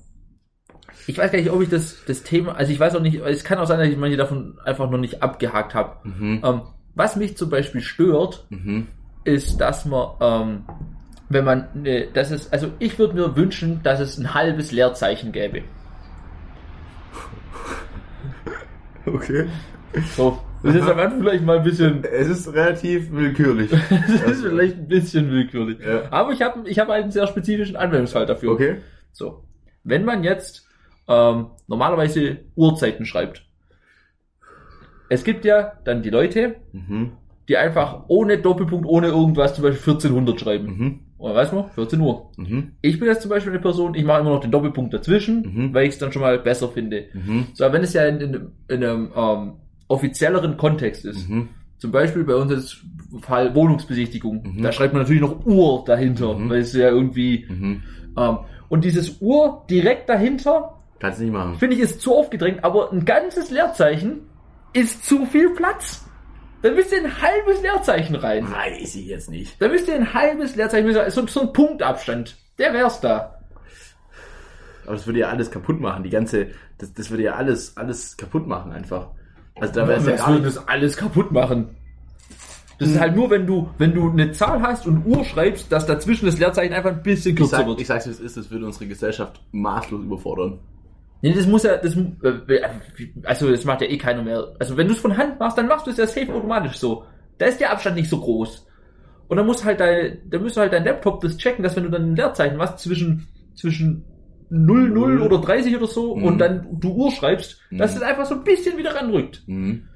[SPEAKER 2] ich weiß gar nicht, ob ich das, das Thema, also ich weiß auch nicht, es kann auch sein, dass ich manche davon einfach noch nicht abgehakt habe.
[SPEAKER 1] Mhm.
[SPEAKER 2] Ähm, was mich zum Beispiel stört,
[SPEAKER 1] Mhm.
[SPEAKER 2] ist, dass man, ähm, wenn man, ne, das ist, also ich würde mir wünschen, dass es ein halbes Leerzeichen gäbe.
[SPEAKER 1] Okay.
[SPEAKER 2] So, das ist am Anfang vielleicht mal ein bisschen,
[SPEAKER 1] Es ist relativ willkürlich.
[SPEAKER 2] das ist vielleicht ein bisschen willkürlich.
[SPEAKER 1] Ja.
[SPEAKER 2] Aber ich habe ich hab einen sehr spezifischen Anwendungsfall dafür.
[SPEAKER 1] Okay.
[SPEAKER 2] So, wenn man jetzt ähm, normalerweise Uhrzeiten schreibt, es gibt ja dann die Leute,
[SPEAKER 1] Mhm.
[SPEAKER 2] die einfach ohne Doppelpunkt, ohne irgendwas zum Beispiel 1400 schreiben.
[SPEAKER 1] Mhm.
[SPEAKER 2] Und dann weiß man, 14 Uhr.
[SPEAKER 1] Mhm.
[SPEAKER 2] Ich bin jetzt zum Beispiel eine Person, ich mache immer noch den Doppelpunkt dazwischen,
[SPEAKER 1] Mhm.
[SPEAKER 2] weil ich es dann schon mal besser finde.
[SPEAKER 1] Mhm.
[SPEAKER 2] So, aber wenn es ja in, in, in einem ähm, offizielleren Kontext ist,
[SPEAKER 1] Mhm.
[SPEAKER 2] zum Beispiel bei uns jetzt Fall Wohnungsbesichtigung,
[SPEAKER 1] Mhm.
[SPEAKER 2] da schreibt man natürlich noch Uhr dahinter,
[SPEAKER 1] Mhm.
[SPEAKER 2] weil es ja irgendwie...
[SPEAKER 1] Mhm.
[SPEAKER 2] Ähm, und dieses Uhr direkt dahinter
[SPEAKER 1] Kannst nicht machen.
[SPEAKER 2] finde ich, ist zu aufgedrängt, aber ein ganzes Leerzeichen ist zu viel Platz. Dann müsst ihr ein halbes Leerzeichen rein.
[SPEAKER 1] Weiß ich jetzt nicht.
[SPEAKER 2] Dann müsst ihr ein halbes Leerzeichen, müsst ihr- so, so ein Punktabstand. Der wär's da.
[SPEAKER 1] Aber das würde ja alles kaputt machen. Die ganze, das, das würde ja alles, alles kaputt machen einfach. Also da wäre es ja
[SPEAKER 2] das
[SPEAKER 1] gar
[SPEAKER 2] würde
[SPEAKER 1] nicht. Mhm.
[SPEAKER 2] das alles kaputt machen. Das ist halt nur, wenn du, wenn du eine Zahl hast und Uhr schreibst, dass dazwischen das Leerzeichen einfach ein bisschen
[SPEAKER 1] Ich,
[SPEAKER 2] kürzer
[SPEAKER 1] sag,
[SPEAKER 2] wird.
[SPEAKER 1] ich sag's, wie es ist, das würde unsere Gesellschaft maßlos überfordern.
[SPEAKER 2] Nee, das muss ja, das, äh, also das macht ja eh keiner mehr. Also wenn du es von Hand machst, dann machst du es ja safe automatisch so. Da ist der Abstand nicht so groß. Und dann muss halt dein, dann müsste halt dein Laptop das checken, dass wenn du dann ein Leerzeichen machst zwischen, zwischen 0, 0 oder 30 oder so
[SPEAKER 1] Mhm.
[SPEAKER 2] und dann du Uhr schreibst, dass
[SPEAKER 1] Mhm.
[SPEAKER 2] es einfach so ein bisschen wieder ranrückt.
[SPEAKER 1] Mhm.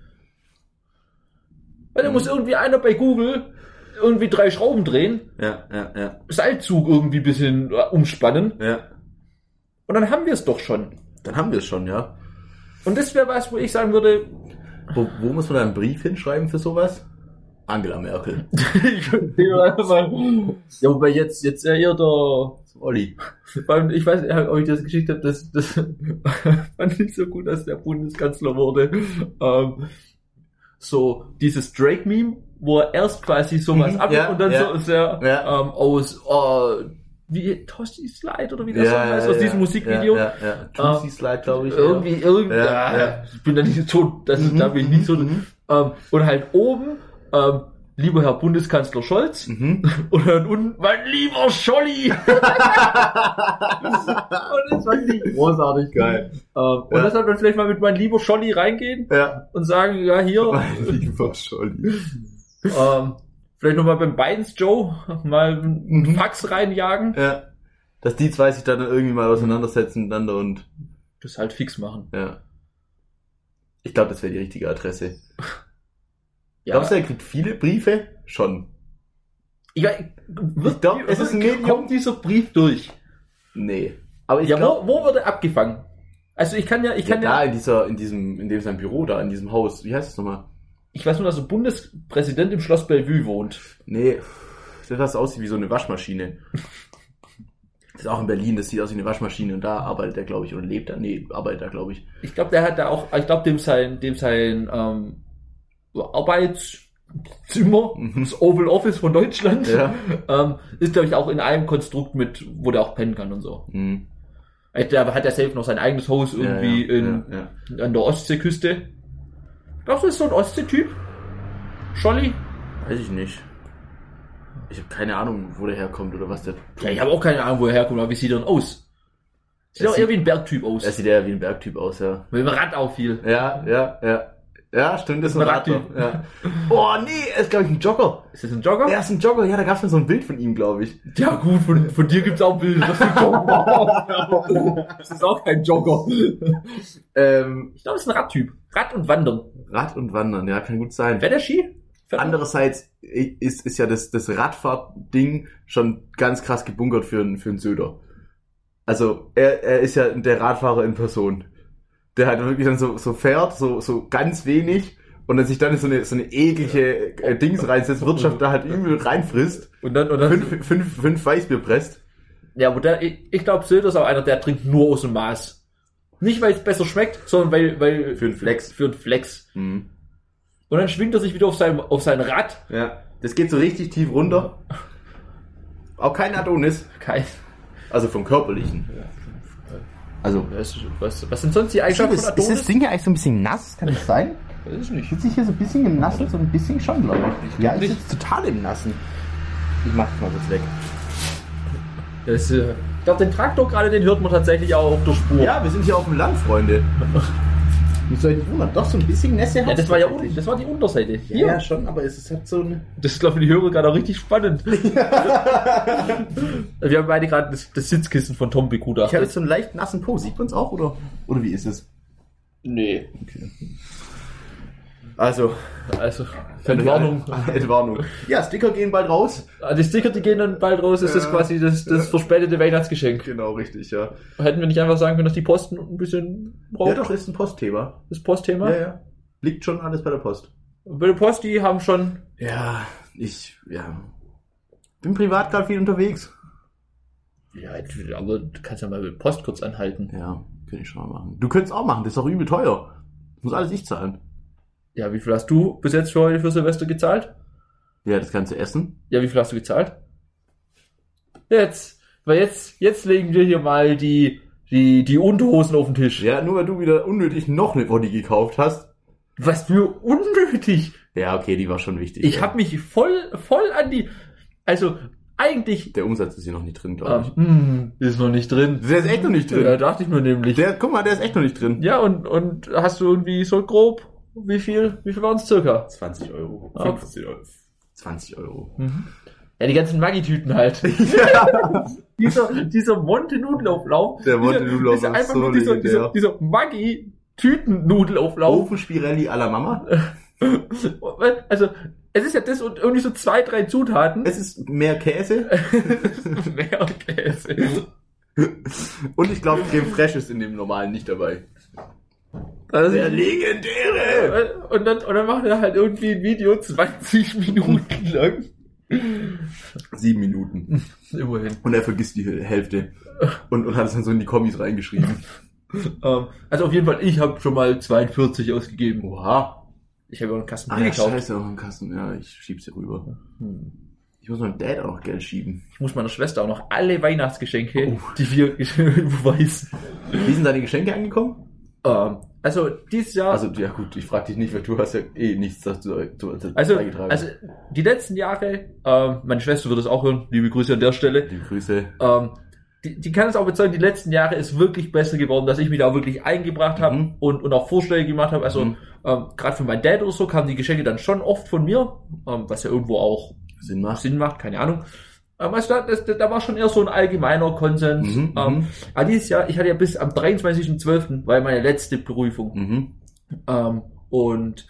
[SPEAKER 2] Weil dann
[SPEAKER 1] Mhm.
[SPEAKER 2] muss irgendwie einer bei Google irgendwie drei Schrauben drehen,
[SPEAKER 1] Ja, ja, ja,
[SPEAKER 2] Seilzug irgendwie ein bisschen äh, umspannen
[SPEAKER 1] ja.
[SPEAKER 2] und dann haben wir es doch schon.
[SPEAKER 1] Dann haben wir es schon, ja.
[SPEAKER 2] Und das wäre was, wo ich sagen würde,
[SPEAKER 1] Wo, wo muss man da einen Brief hinschreiben für sowas? Angela Merkel.
[SPEAKER 2] ich könnte ihm einfach mal. Ja, wobei jetzt, jetzt ja eher der.
[SPEAKER 1] Zum Olli.
[SPEAKER 2] vor allem, Ich weiß nicht, ob ich das geschickt habe, das, das fand ich so gut, dass der Bundeskanzler wurde. Ähm, so, dieses Drake-Meme, wo er erst quasi sowas
[SPEAKER 1] Mhm,
[SPEAKER 2] ab
[SPEAKER 1] ja,
[SPEAKER 2] und dann
[SPEAKER 1] ja,
[SPEAKER 2] so ist er
[SPEAKER 1] ja.
[SPEAKER 2] ähm, aus äh, wie Toshi Slide oder wie das so heißt, aus diesem Musikvideo. Ah,
[SPEAKER 1] Ja, ja, ja. Juicy Slide, glaube ich.
[SPEAKER 2] Irgendwie, irgendwie,
[SPEAKER 1] Ja,
[SPEAKER 2] ja,
[SPEAKER 1] ja.
[SPEAKER 2] ich bin da nicht so, das ist, da bin ich nicht so.
[SPEAKER 1] Mhm.
[SPEAKER 2] Ähm, und halt oben, ähm, lieber Herr Bundeskanzler Scholz,
[SPEAKER 1] Mhm.
[SPEAKER 2] und dann unten, mein lieber Scholli! und das fand ich, ähm,
[SPEAKER 1] Großartig geil.
[SPEAKER 2] und
[SPEAKER 1] Ja.
[SPEAKER 2] das hat man vielleicht mal mit mein lieber Scholli reingehen
[SPEAKER 1] Ja.
[SPEAKER 2] und sagen, ja, hier,
[SPEAKER 1] Mein lieber Scholli.
[SPEAKER 2] ähm, vielleicht nochmal beim Bidens Joe mal
[SPEAKER 1] Mhm.
[SPEAKER 2] einen Fax reinjagen.
[SPEAKER 1] Ja. Dass die zwei sich dann irgendwie mal auseinandersetzen miteinander und
[SPEAKER 2] Das halt fix machen.
[SPEAKER 1] Ja. Ich glaube, das wäre die richtige Adresse.
[SPEAKER 2] Ja.
[SPEAKER 1] Glaubst du, er kriegt viele Briefe? Schon.
[SPEAKER 2] ja, wird,
[SPEAKER 1] Ich glaub, es ist ein Medium.
[SPEAKER 2] kommt dieser Brief durch.
[SPEAKER 1] Nee. Aber ich
[SPEAKER 2] ja,
[SPEAKER 1] glaube,
[SPEAKER 2] wo, wo wird er abgefangen? Also ich kann ja, ich
[SPEAKER 1] ja,
[SPEAKER 2] kann ja,
[SPEAKER 1] da in dieser, in diesem, in dem sein Büro da, in diesem Haus, wie heißt es nochmal?
[SPEAKER 2] ich weiß nur, dass der Bundespräsident im Schloss Bellevue wohnt.
[SPEAKER 1] Nee, das was aussieht wie so eine Waschmaschine. Das ist auch in Berlin, das sieht aus wie eine Waschmaschine und da arbeitet er, glaube ich, oder lebt er? Nee, arbeitet er, glaube ich.
[SPEAKER 2] Ich glaube, der hat da auch, ich glaube, dem sein, dem sein ähm, Arbeitszimmer,
[SPEAKER 1] Mhm.
[SPEAKER 2] das Oval Office von Deutschland,
[SPEAKER 1] Ja.
[SPEAKER 2] ähm, ist, glaube ich, auch in einem Konstrukt mit, wo der auch pennen kann und so.
[SPEAKER 1] Hm.
[SPEAKER 2] Äh, Der hat ja selbst noch sein eigenes Haus irgendwie
[SPEAKER 1] ja, ja, ja, ja.
[SPEAKER 2] in, an der Ostseeküste. Glaubst du, das ist so ein Ostseetyp? Scholli?
[SPEAKER 1] Weiß ich nicht. Ich habe keine Ahnung, wo der herkommt oder was der.
[SPEAKER 2] Ja, ich habe auch keine Ahnung, wo er herkommt, aber wie sieht er denn aus? Sieht
[SPEAKER 1] Er
[SPEAKER 2] auch eher wie ein Bergtyp aus.
[SPEAKER 1] Er sieht eher wie ein Bergtyp aus, ja.
[SPEAKER 2] Mit dem Rad auch viel.
[SPEAKER 1] Ja, ja, ja. Ja, stimmt, das ist ein Radler.
[SPEAKER 2] Radtyp.
[SPEAKER 1] Ja. Oh nee, er ist glaube ich ein Jogger.
[SPEAKER 2] Ist das ein Jogger?
[SPEAKER 1] Er ist ein Jogger, ja, da gab es mir so ein Bild von ihm, glaube ich.
[SPEAKER 2] Ja gut, von, von dir gibt's auch Bilder. dass du Jogger bist. das ist auch kein Jogger.
[SPEAKER 1] Ähm,
[SPEAKER 2] Ich glaube, es ist ein Radtyp. Rad und Wandern.
[SPEAKER 1] Rad und Wandern, ja, kann gut sein.
[SPEAKER 2] Wetterski? Fährt man?
[SPEAKER 1] Andererseits ist, ist ja das, das Radfahrt-Ding schon ganz krass gebunkert für einen, für einen Söder. Also er, er ist ja der Radfahrer in Person. Der halt wirklich dann so, so fährt, so, so ganz wenig und dann sich dann in so eine, so eine eklige äh, Dings reinsetzt, Wirtschaft da halt übel reinfrisst,
[SPEAKER 2] Und dann, und dann,
[SPEAKER 1] fünf, fünf, fünf Weißbier presst.
[SPEAKER 2] ja, aber der, ich, ich glaube, Söder ist auch einer, der trinkt nur aus dem Maß. Nicht, weil es besser schmeckt, sondern weil, weil
[SPEAKER 1] Für einen Flex.
[SPEAKER 2] Für einen Flex. Und dann schwingt er sich wieder auf seinem, auf sein Rad.
[SPEAKER 1] Ja. Das geht so richtig tief runter. Auch kein Adonis.
[SPEAKER 2] Kein,
[SPEAKER 1] Also vom Körperlichen. Also.
[SPEAKER 2] was, was, was sind sonst die
[SPEAKER 1] Ist
[SPEAKER 2] Eigenschaften
[SPEAKER 1] das,
[SPEAKER 2] von
[SPEAKER 1] ist das
[SPEAKER 2] Adonis?
[SPEAKER 1] Ding hier eigentlich so ein bisschen nass? Kann das sein?
[SPEAKER 2] Weiß ich nicht.
[SPEAKER 1] Sitze ich hier so ein bisschen im Nassen? So ein bisschen schon, glaube ich. Ja, ich
[SPEAKER 2] nicht.
[SPEAKER 1] sitze total im Nassen. Ich mach das mal kurz weg.
[SPEAKER 2] Das, äh, ich glaube, den Traktor gerade, den hört man tatsächlich auch auf der Spur.
[SPEAKER 1] Ja, wir sind hier auf dem Land, Freunde. Oh. Nicht soll ich nicht wundern. Doch, so ein bisschen Nässe
[SPEAKER 2] Ja,
[SPEAKER 1] hat's
[SPEAKER 2] das war ja un-
[SPEAKER 1] tatsächlich.
[SPEAKER 2] das war die Unterseite.
[SPEAKER 1] Ja, ja, schon, aber es ist halt so ein...
[SPEAKER 2] Das ist, glaube ich, für die Hörer gerade auch richtig spannend. Wir haben beide gerade das, das Sitzkissen von Tom
[SPEAKER 1] Ich habe
[SPEAKER 2] begutachtet.
[SPEAKER 1] jetzt so einen leicht nassen Po. Sieht man's auch, oder? Oder wie ist es?
[SPEAKER 2] Nee.
[SPEAKER 1] Also,
[SPEAKER 2] Also, Entwarnung.
[SPEAKER 1] Entwarnung. Ja, Sticker gehen bald raus.
[SPEAKER 2] Ah, Die Sticker, die gehen dann bald raus, ist das
[SPEAKER 1] Ja.
[SPEAKER 2] quasi das, das verspätete Weihnachtsgeschenk.
[SPEAKER 1] Genau, richtig, ja.
[SPEAKER 2] Hätten wir nicht einfach sagen können, dass die Posten ein bisschen braucht,
[SPEAKER 1] Ja, doch, ist ein Postthema.
[SPEAKER 2] das Postthema?
[SPEAKER 1] Ja, ja. Liegt schon alles bei der Post.
[SPEAKER 2] Bei der Post, die haben schon...
[SPEAKER 1] Ja, ich, ja. Bin privat gerade viel unterwegs.
[SPEAKER 2] Ja, aber du kannst ja mal mit Post kurz anhalten.
[SPEAKER 1] Ja, könnte ich schon mal machen. Du könntest auch machen, das ist doch übel teuer. Das muss alles ich zahlen.
[SPEAKER 2] Ja, wie viel hast du bis jetzt für heute für Silvester gezahlt?
[SPEAKER 1] Ja, das ganze Essen.
[SPEAKER 2] Ja, wie viel hast du gezahlt? Jetzt, weil jetzt, jetzt legen wir hier mal die, die, die Unterhosen auf den Tisch.
[SPEAKER 1] Ja, nur weil du wieder unnötig noch eine Body gekauft hast.
[SPEAKER 2] Was für unnötig.
[SPEAKER 1] Ja, okay, die war schon wichtig.
[SPEAKER 2] Ich
[SPEAKER 1] ja.
[SPEAKER 2] habe mich voll, voll an die, also eigentlich,
[SPEAKER 1] Der Umsatz ist hier noch nicht drin, glaube ich.
[SPEAKER 2] ähm, mh, ist noch nicht drin.
[SPEAKER 1] Der ist echt noch nicht
[SPEAKER 2] Da
[SPEAKER 1] drin.
[SPEAKER 2] dachte ich mir nämlich.
[SPEAKER 1] Der, guck mal, der ist echt noch nicht drin.
[SPEAKER 2] ja, und, und hast du irgendwie so grob, wie viel, wie viel waren es circa?
[SPEAKER 1] 20 Euro.
[SPEAKER 2] Ah.
[SPEAKER 1] 15 Euro. 20 Euro.
[SPEAKER 2] Ja, die ganzen Maggi-Tüten halt. dieser, dieser Monte-Nudelauflauf.
[SPEAKER 1] Der Monte-Nudelauflauf
[SPEAKER 2] Dieser-
[SPEAKER 1] ist
[SPEAKER 2] Ist einfach
[SPEAKER 1] so
[SPEAKER 2] nur dieser, dieser,
[SPEAKER 1] legendär.
[SPEAKER 2] dieser Maggi-Tüten-Nudelauflauf.
[SPEAKER 1] Ofen Spirelli à la Mama.
[SPEAKER 2] Also, es ist ja das und irgendwie so zwei, drei Zutaten.
[SPEAKER 1] Es ist mehr Käse
[SPEAKER 2] Mehr Käse.
[SPEAKER 1] und ich glaube Creme Fraiche ist in dem normalen nicht dabei.
[SPEAKER 2] Also,
[SPEAKER 1] Der legendäre!
[SPEAKER 2] Äh, und dann, und dann macht er halt irgendwie ein Video 20 Minuten lang.
[SPEAKER 1] Sieben Minuten.
[SPEAKER 2] Immerhin.
[SPEAKER 1] Und er vergisst die Hälfte. Und, und hat es dann so in die Kommis reingeschrieben.
[SPEAKER 2] Ähm, also auf jeden Fall, ich habe schon mal 42 ausgegeben.
[SPEAKER 1] Oha.
[SPEAKER 2] Ich habe ja auch einen Kasten
[SPEAKER 1] Ah,
[SPEAKER 2] Bier
[SPEAKER 1] ja,
[SPEAKER 2] gekauft.
[SPEAKER 1] scheiße, auch im Kasten. Ja, ich schieb's hier rüber.
[SPEAKER 2] Hm.
[SPEAKER 1] Ich muss meinem Dad auch noch Geld schieben.
[SPEAKER 2] Ich muss meiner Schwester auch noch alle Weihnachtsgeschenke,
[SPEAKER 1] Oh.
[SPEAKER 2] die wir überweisen.
[SPEAKER 1] Wie sind deine Geschenke angekommen?
[SPEAKER 2] Ähm, also dieses Jahr,
[SPEAKER 1] Also, ja gut, ich frag dich nicht, weil du hast ja eh nichts dazu, dazu dazu
[SPEAKER 2] also,
[SPEAKER 1] beigetragen.
[SPEAKER 2] also die letzten Jahre, ähm, meine Schwester wird es auch hören, liebe Grüße an der Stelle.
[SPEAKER 1] Liebe Grüße.
[SPEAKER 2] Ähm, die, die kann es auch bezeugen, die letzten Jahre ist wirklich besser geworden, dass ich mich da auch wirklich eingebracht habe
[SPEAKER 1] Mhm.
[SPEAKER 2] und, und auch Vorschläge gemacht habe. Also
[SPEAKER 1] Mhm.
[SPEAKER 2] ähm, gerade für meinen Dad oder so kamen die Geschenke dann schon oft von mir, ähm, was ja irgendwo auch
[SPEAKER 1] Sinn macht.
[SPEAKER 2] Sinn macht, keine Ahnung. Ähm, also da, das, da war schon eher so ein allgemeiner Konsens.
[SPEAKER 1] Mhm,
[SPEAKER 2] ähm,
[SPEAKER 1] mhm.
[SPEAKER 2] aber dieses Jahr, ich hatte ja bis am 23.12. war ja meine letzte Prüfung.
[SPEAKER 1] Mhm.
[SPEAKER 2] Ähm, und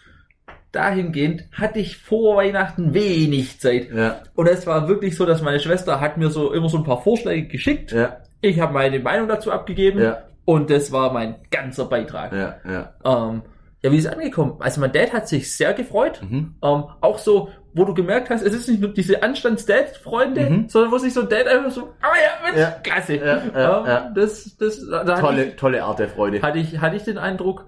[SPEAKER 2] dahingehend hatte ich vor Weihnachten wenig Zeit.
[SPEAKER 1] Ja,
[SPEAKER 2] Und es war wirklich so, dass meine Schwester hat mir so immer so ein paar Vorschläge geschickt.
[SPEAKER 1] ja,
[SPEAKER 2] Ich habe meine Meinung dazu abgegeben.
[SPEAKER 1] ja,
[SPEAKER 2] Und das war mein ganzer Beitrag.
[SPEAKER 1] ja, ja.
[SPEAKER 2] Ähm, ja, wie ist es angekommen? Also mein Dad hat sich sehr gefreut.
[SPEAKER 1] Mhm.
[SPEAKER 2] Ähm, auch so, wo du gemerkt hast, es ist nicht nur diese Anstands-Dad-Freunde,
[SPEAKER 1] Mhm.
[SPEAKER 2] sondern wo sich so ein Dad einfach so, aber ja, Mensch,
[SPEAKER 1] Ja.
[SPEAKER 2] klasse.
[SPEAKER 1] Ja, ja,
[SPEAKER 2] ähm,
[SPEAKER 1] ja.
[SPEAKER 2] Das, das, da hatte
[SPEAKER 1] Tolle, tolle Art der Freude.
[SPEAKER 2] ich, hatte ich, hatte ich den Eindruck,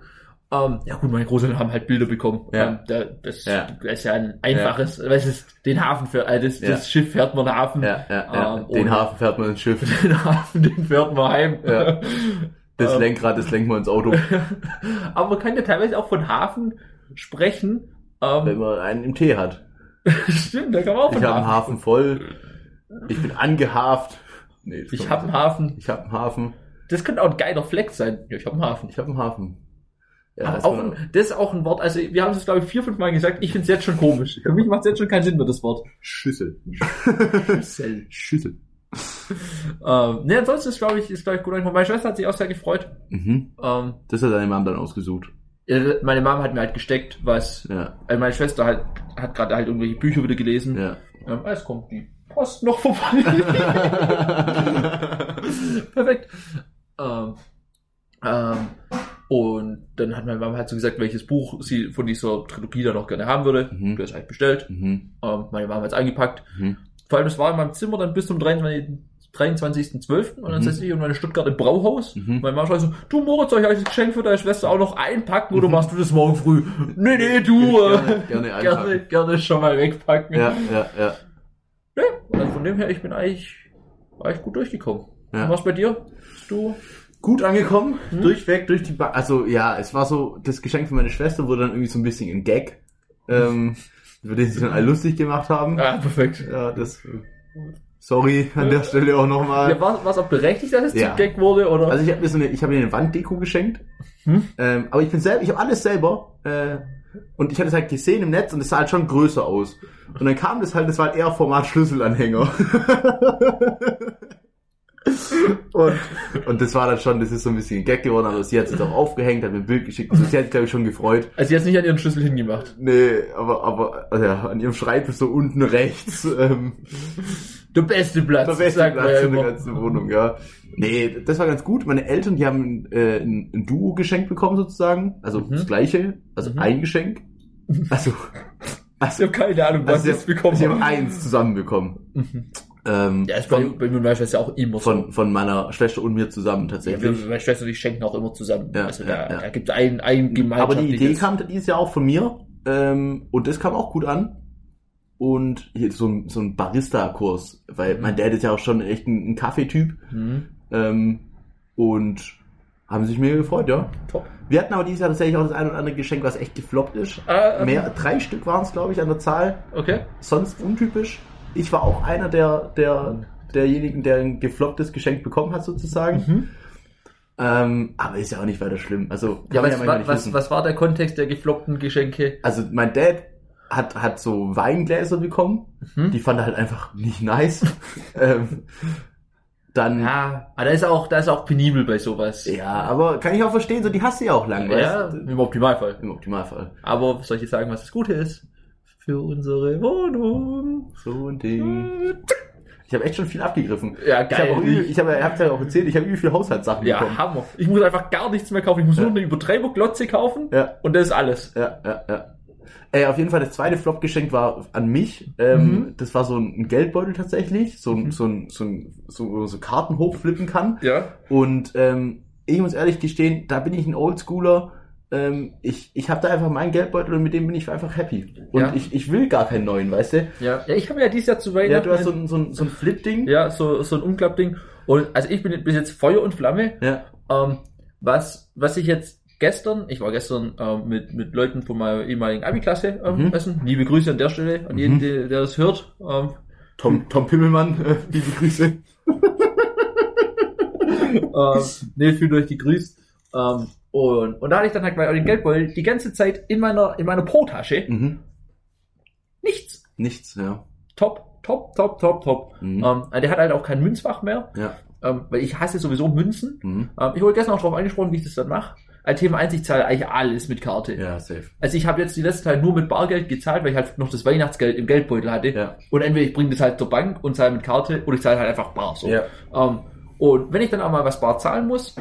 [SPEAKER 2] ähm, ja gut, meine Großeltern haben halt Bilder bekommen.
[SPEAKER 1] Ja.
[SPEAKER 2] Ähm, da, das
[SPEAKER 1] Ja.
[SPEAKER 2] ist ja ein einfaches, weißt du, den Hafen für, äh, das, das Schiff fährt man Hafen.
[SPEAKER 1] Ja, ja, ja.
[SPEAKER 2] Ähm,
[SPEAKER 1] Den
[SPEAKER 2] ohne-
[SPEAKER 1] Hafen fährt man ins Schiff.
[SPEAKER 2] Den Hafen, den fährt man heim.
[SPEAKER 1] Ja. Das
[SPEAKER 2] Ähm.
[SPEAKER 1] Lenkrad, das lenkt man ins Auto.
[SPEAKER 2] Aber man kann ja teilweise auch von Hafen sprechen.
[SPEAKER 1] wenn
[SPEAKER 2] Ähm,
[SPEAKER 1] man einen im Tee hat.
[SPEAKER 2] Stimmt, da kann man auch
[SPEAKER 1] Ich
[SPEAKER 2] von
[SPEAKER 1] habe einen
[SPEAKER 2] Hafen.
[SPEAKER 1] Hafen voll. Ich bin angehaft. Nee, das
[SPEAKER 2] Ich
[SPEAKER 1] kommt
[SPEAKER 2] habe einen
[SPEAKER 1] nicht.
[SPEAKER 2] Hafen.
[SPEAKER 1] Ich habe einen Hafen.
[SPEAKER 2] Das könnte auch ein geiler Flex sein. Ja, ich habe einen Hafen.
[SPEAKER 1] Ich habe einen Hafen.
[SPEAKER 2] Aber
[SPEAKER 1] das
[SPEAKER 2] auch
[SPEAKER 1] war-
[SPEAKER 2] ein, das ist auch ein Wort, also wir haben es, glaube ich, vier, fünf Mal gesagt. Ich finde es jetzt schon komisch. Für mich macht es jetzt schon keinen Sinn mehr, das Wort.
[SPEAKER 1] Schüssel.
[SPEAKER 2] Schüssel.
[SPEAKER 1] Schüssel.
[SPEAKER 2] Ähm, ne, ansonsten ist, glaube ich, ist, glaube ich, gut angekommen. Meine Schwester hat sich auch sehr gefreut.
[SPEAKER 1] Mhm.
[SPEAKER 2] Ähm,
[SPEAKER 1] Das hat deine Mom dann ausgesucht.
[SPEAKER 2] äh, meine Mom hat mir halt gesteckt, was,
[SPEAKER 1] Ja,
[SPEAKER 2] also meine Schwester halt, hat gerade halt irgendwelche Bücher wieder gelesen.
[SPEAKER 1] ja.
[SPEAKER 2] Ähm, es kommt die Post noch vorbei. Perfekt. Ähm, ähm, und dann hat meine Mama halt so gesagt, welches Buch sie von dieser Trilogie dann noch gerne haben würde.
[SPEAKER 1] Mhm.
[SPEAKER 2] Das halt bestellt.
[SPEAKER 1] mhm.
[SPEAKER 2] Ähm, meine Mama hat es eingepackt.
[SPEAKER 1] Mhm.
[SPEAKER 2] Vor allem, das war in meinem Zimmer dann bis zum 23. 23.12. Und dann
[SPEAKER 1] Mhm.
[SPEAKER 2] setze ich irgendwann in Stuttgart im Brauhaus.
[SPEAKER 1] Mhm.
[SPEAKER 2] Meine Mama schreibt so, du Moritz, soll ich euch das Geschenk für deine Schwester auch noch einpacken oder machst du das morgen früh? Nee, nee, du.
[SPEAKER 1] Mhm. Gerne,
[SPEAKER 2] äh,
[SPEAKER 1] gerne
[SPEAKER 2] gerne,
[SPEAKER 1] einpacken.
[SPEAKER 2] gerne schon mal wegpacken.
[SPEAKER 1] Ja, ja, ja.
[SPEAKER 2] Also von dem her, ich bin eigentlich, eigentlich gut durchgekommen.
[SPEAKER 1] Ja.
[SPEAKER 2] Und was bei dir? Du?
[SPEAKER 1] gut angekommen,
[SPEAKER 2] Hm?
[SPEAKER 1] durchweg, durch die Bank. Mhm. Also ja, es war so, das Geschenk von meiner Schwester wurde dann irgendwie so ein bisschen ein Gag, ähm, über den sie sich dann alle lustig gemacht haben.
[SPEAKER 2] Ah, perfekt.
[SPEAKER 1] Ja, das. Sorry an der Stelle auch
[SPEAKER 2] Ja,
[SPEAKER 1] nochmal.
[SPEAKER 2] war, war es auch berechtigt, dass es
[SPEAKER 1] Ja.
[SPEAKER 2] ja. Gag wurde? Oder?
[SPEAKER 1] Also ich habe mir so eine, ich habe mir eine Wanddeko geschenkt,
[SPEAKER 2] Hm?
[SPEAKER 1] ähm, aber ich bin selber, ich habe alles selber. Äh, und ich hatte es halt gesehen im Netz und es sah halt schon größer aus. Und dann kam das halt, das war halt eher Format Schlüsselanhänger. und, und das war dann schon, das ist so ein bisschen ein Gag geworden, aber sie hat es jetzt auch aufgehängt, hat mir ein Bild geschickt. Also sie hat sich, glaube ich, schon gefreut.
[SPEAKER 2] also sie hat es nicht an ihren Schlüssel hingemacht.
[SPEAKER 1] Nee, aber, aber also ja, an ihrem Schreibtisch so unten rechts. Ähm,
[SPEAKER 2] Der beste Platz,
[SPEAKER 1] der beste
[SPEAKER 2] sagt man ja
[SPEAKER 1] Platz in der
[SPEAKER 2] immer.
[SPEAKER 1] ganzen Wohnung, ja. Nee, das war ganz gut. Meine Eltern, die haben äh, ein, ein Duo geschenkt bekommen sozusagen. Also
[SPEAKER 2] Mhm.
[SPEAKER 1] das gleiche, also
[SPEAKER 2] Mhm.
[SPEAKER 1] ein Geschenk. Also,
[SPEAKER 2] Ich
[SPEAKER 1] also,
[SPEAKER 2] habe keine Ahnung, was
[SPEAKER 1] also
[SPEAKER 2] sie
[SPEAKER 1] sie,
[SPEAKER 2] jetzt bekommen
[SPEAKER 1] haben, sie haben
[SPEAKER 2] haben.
[SPEAKER 1] eins zusammenbekommen.
[SPEAKER 2] Mhm.
[SPEAKER 1] Ähm,
[SPEAKER 2] Ja, ist bei,
[SPEAKER 1] von,
[SPEAKER 2] bei mir und meiner Schwester auch immer so.
[SPEAKER 1] von, von meiner Schwester und mir zusammen
[SPEAKER 2] Ja, wir,
[SPEAKER 1] tatsächlich.
[SPEAKER 2] meine Schwester und ich schenken auch immer zusammen.
[SPEAKER 1] Ja,
[SPEAKER 2] also
[SPEAKER 1] ja,
[SPEAKER 2] da,
[SPEAKER 1] ja.
[SPEAKER 2] da gibt es ein, ein
[SPEAKER 1] Aber die Idee
[SPEAKER 2] gemeinschaftliches...
[SPEAKER 1] kam dieses Jahr auch von mir. Ähm, und das kam auch gut an. Und hier so ein, so ein Barista-Kurs, weil
[SPEAKER 2] Mhm.
[SPEAKER 1] mein Dad ist ja auch schon echt ein, ein Kaffeetyp.
[SPEAKER 2] Mhm.
[SPEAKER 1] Ähm, und haben sich mega gefreut, ja.
[SPEAKER 2] Top.
[SPEAKER 1] Wir hatten aber dieses Jahr tatsächlich auch das ein oder andere Geschenk, was echt gefloppt ist.
[SPEAKER 2] Ah,
[SPEAKER 1] Mehr, drei Stück waren es, glaube ich, an der Zahl.
[SPEAKER 2] Okay.
[SPEAKER 1] Sonst untypisch. Ich war auch einer der, der, derjenigen, der ein geflopptes Geschenk bekommen hat, sozusagen.
[SPEAKER 2] Mhm.
[SPEAKER 1] Ähm, aber ist ja auch nicht weiter schlimm. Also, kann
[SPEAKER 2] Ja,
[SPEAKER 1] man
[SPEAKER 2] was,
[SPEAKER 1] manchmal
[SPEAKER 2] wa-
[SPEAKER 1] nicht
[SPEAKER 2] was,
[SPEAKER 1] wissen.
[SPEAKER 2] was war der Kontext der gefloppten Geschenke?
[SPEAKER 1] Also, mein Dad hat, hat so Weingläser bekommen.
[SPEAKER 2] Mhm.
[SPEAKER 1] Die fand er halt einfach nicht nice. ähm, dann, ja.
[SPEAKER 2] Ja, aber Ah, da ist auch, da ist auch penibel bei sowas.
[SPEAKER 1] aber kann ich auch verstehen, so die hast du ja auch lang,
[SPEAKER 2] Ja,
[SPEAKER 1] weißt du?
[SPEAKER 2] im Optimalfall.
[SPEAKER 1] Im Optimalfall.
[SPEAKER 2] Aber soll ich jetzt sagen, was das Gute ist? Für unsere Wohnung.
[SPEAKER 1] So ein Ding. Ich habe echt schon viel abgegriffen.
[SPEAKER 2] Ja,
[SPEAKER 1] Ich habe auch übel-
[SPEAKER 2] geil.
[SPEAKER 1] ich habe, ihr habt ja auch erzählt, ich habe übel viel Haushaltssachen
[SPEAKER 2] Ja,
[SPEAKER 1] bekommen.
[SPEAKER 2] Hammer. Ich muss einfach gar nichts mehr kaufen. Ich muss
[SPEAKER 1] Ja.
[SPEAKER 2] nur eine Übertreibung-Glotze kaufen
[SPEAKER 1] Ja.
[SPEAKER 2] und das ist alles.
[SPEAKER 1] Ja, ja, ja. Ey, auf jeden Fall, das zweite Flop-Geschenk war an mich. Ähm, Das war so ein Geldbeutel tatsächlich, so ein, so ein, so ein so, wo man so Karten hochflippen kann.
[SPEAKER 2] Ja.
[SPEAKER 1] Und ähm, ich muss ehrlich gestehen, da bin ich ein Oldschooler. Ähm, ich ich habe da einfach meinen Geldbeutel und mit dem bin ich einfach happy. Und
[SPEAKER 2] Ja.
[SPEAKER 1] ich, ich will gar keinen neuen, weißt du?
[SPEAKER 2] Ja, ja ich habe ja dieses Jahr zu Weihnachten
[SPEAKER 1] Ja, du hast so ein, so ein, so ein Flip-Ding.
[SPEAKER 2] ja, so, so ein Umklappding. Und also ich bin bis jetzt Feuer und Flamme.
[SPEAKER 1] ja.
[SPEAKER 2] Ähm, was, was ich jetzt gestern, ich war gestern ähm, mit, mit Leuten von meiner ehemaligen Abi-Klasse ähm,
[SPEAKER 1] Mhm.
[SPEAKER 2] essen. Liebe Grüße an der Stelle an jeden,
[SPEAKER 1] Mhm.
[SPEAKER 2] der, der das hört. Ähm,
[SPEAKER 1] Tom, Tom Pimmelmann, äh, liebe Grüße.
[SPEAKER 2] ähm, nee, fühlt euch gegrüßt. Ähm, und, und da hatte ich dann halt mal den Geldbeutel die ganze Zeit in meiner, in meiner Po-Tasche.
[SPEAKER 1] Mhm.
[SPEAKER 2] Nichts.
[SPEAKER 1] Nichts, ja.
[SPEAKER 2] Top, top, top, top, top.
[SPEAKER 1] Mhm.
[SPEAKER 2] Ähm, der hat halt auch kein Münzfach mehr,
[SPEAKER 1] Ja.
[SPEAKER 2] ähm, weil ich hasse sowieso Münzen.
[SPEAKER 1] Mhm.
[SPEAKER 2] Ähm, ich wurde gestern auch darauf angesprochen, wie ich das dann mache. Als Thema 1, ich zahle eigentlich alles mit Karte.
[SPEAKER 1] Ja, safe.
[SPEAKER 2] Also ich habe jetzt die letzte Zeit nur mit Bargeld gezahlt, weil ich halt noch das Weihnachtsgeld im Geldbeutel hatte.
[SPEAKER 1] Ja.
[SPEAKER 2] Und entweder ich bringe das halt zur Bank und zahle mit Karte oder ich zahle halt einfach bar. So.
[SPEAKER 1] Ja.
[SPEAKER 2] Ähm, und wenn ich dann auch mal was bar zahlen muss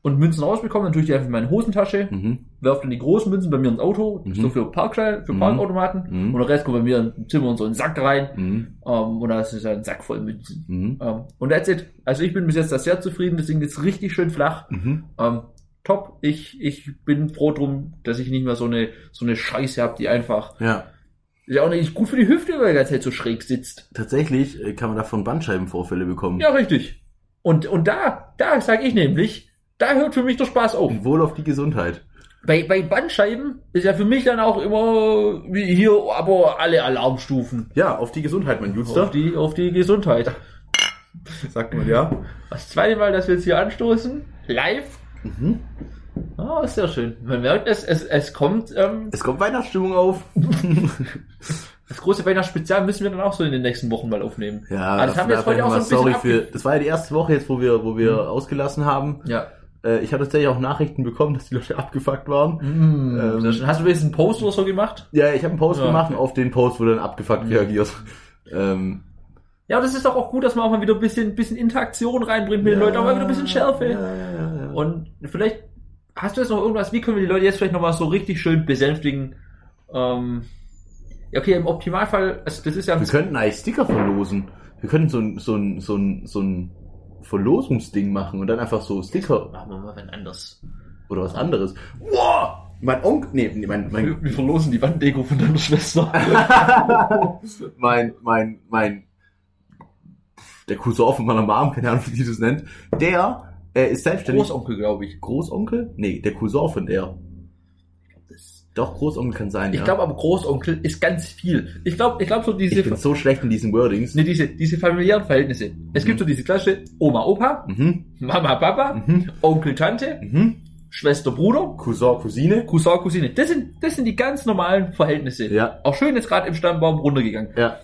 [SPEAKER 2] und Münzen rausbekomme, dann tue ich die einfach in meine Hosentasche,
[SPEAKER 1] Mhm.
[SPEAKER 2] werfe dann die großen Münzen bei mir ins Auto,
[SPEAKER 1] Mhm.
[SPEAKER 2] so für Parkschein, für
[SPEAKER 1] Mhm.
[SPEAKER 2] Parkautomaten
[SPEAKER 1] Mhm.
[SPEAKER 2] und der Rest kommt bei mir im Zimmer und so in den Sack rein.
[SPEAKER 1] Mhm.
[SPEAKER 2] Ähm, und da ist dann ein Sack voll Münzen.
[SPEAKER 1] Mhm.
[SPEAKER 2] Ähm, und that's it. Also ich bin bis jetzt da sehr zufrieden, das Ding ist richtig schön flach.
[SPEAKER 1] Mhm.
[SPEAKER 2] Ähm, top. Ich, ich bin froh drum, dass ich nicht mehr so eine, so eine Scheiße habe, die einfach.
[SPEAKER 1] Ja.
[SPEAKER 2] Ist ja auch nicht gut für die Hüfte, weil die ganze Zeit so schräg sitzt.
[SPEAKER 1] Tatsächlich äh, kann man davon Bandscheibenvorfälle bekommen.
[SPEAKER 2] Ja, richtig. Und, und da, da sage ich nämlich, da hört für mich der Spaß auf.
[SPEAKER 1] Und wohl auf die Gesundheit.
[SPEAKER 2] Bei, bei Bandscheiben ist ja für mich dann auch immer wie hier, aber alle Alarmstufen.
[SPEAKER 1] Ja, auf die Gesundheit, mein
[SPEAKER 2] Auf
[SPEAKER 1] Jutster.
[SPEAKER 2] die, auf die Gesundheit.
[SPEAKER 1] Sagt man ja.
[SPEAKER 2] Das zweite Mal, dass wir jetzt hier anstoßen, live.
[SPEAKER 1] Mhm.
[SPEAKER 2] Ah, ist sehr schön. Man merkt, es, es, es kommt, ähm,
[SPEAKER 1] Es kommt Weihnachtsstimmung auf.
[SPEAKER 2] das große Weihnachtsspezial müssen wir dann auch so in den nächsten Wochen mal aufnehmen.
[SPEAKER 1] Ja,
[SPEAKER 2] Ah, das haben wir jetzt heute auch so ein bisschen
[SPEAKER 1] sorry
[SPEAKER 2] abge- Mhm.
[SPEAKER 1] für. Das war ja die erste Woche jetzt, wo wir, wo wir ausgelassen haben.
[SPEAKER 2] Ja.
[SPEAKER 1] Äh, ich habe tatsächlich auch Nachrichten bekommen, dass die Leute abgefuckt waren.
[SPEAKER 2] Mm,
[SPEAKER 1] Ähm,
[SPEAKER 2] sehr schön. Hast du wenigstens einen Post oder so gemacht?
[SPEAKER 1] Ja, ich habe einen Post
[SPEAKER 2] Ja.
[SPEAKER 1] gemacht und auf den Post wurde dann abgefuckt
[SPEAKER 2] Mhm.
[SPEAKER 1] reagiert. Ähm,
[SPEAKER 2] Ja, aber das ist doch auch gut, dass man auch mal wieder ein bisschen, bisschen Interaktion reinbringt mit den Leuten, auch mal wieder ein bisschen Schärfe.
[SPEAKER 1] Ja, ja, ja.
[SPEAKER 2] Und vielleicht hast du jetzt noch irgendwas, wie können wir die Leute jetzt vielleicht nochmal so richtig schön besänftigen? Ähm, ja, okay, im Optimalfall, also das ist ja ein
[SPEAKER 1] wir könnten eigentlich Sticker verlosen. Wir könnten so ein, so ein, so ein, so ein Verlosungsding machen und dann einfach so Sticker
[SPEAKER 2] Machen wir mal wenn anders.
[SPEAKER 1] oder was anderes. Wow! Mein Onkel, nee, nee, mein, mein,
[SPEAKER 2] verlosen die Wanddeko von deiner Schwester.
[SPEAKER 1] mein, mein, mein, der Cousin von meiner Mom, keine Ahnung, wie die das nennt, der äh, ist selbstständig.
[SPEAKER 2] Großonkel, glaube ich.
[SPEAKER 1] Großonkel? Nee, der Cousin von der. Doch, Großonkel kann sein,
[SPEAKER 2] Ich
[SPEAKER 1] ja.
[SPEAKER 2] glaube aber Großonkel ist ganz viel. Ich glaube, ich glaube so diese,
[SPEAKER 1] ich bin so schlecht in diesen Wordings.
[SPEAKER 2] nee, diese, diese familiären Verhältnisse. Es
[SPEAKER 1] Mhm.
[SPEAKER 2] gibt so diese Klasse Oma, Opa,
[SPEAKER 1] Mhm,
[SPEAKER 2] Mama, Papa,
[SPEAKER 1] mhm,
[SPEAKER 2] Onkel, Tante,
[SPEAKER 1] mhm.
[SPEAKER 2] Schwester, Bruder,
[SPEAKER 1] Cousin, Cousine.
[SPEAKER 2] Cousin, Cousine. Das sind, das sind die ganz normalen Verhältnisse.
[SPEAKER 1] Ja,
[SPEAKER 2] Auch schön ist gerade im Stammbaum runtergegangen.
[SPEAKER 1] ja.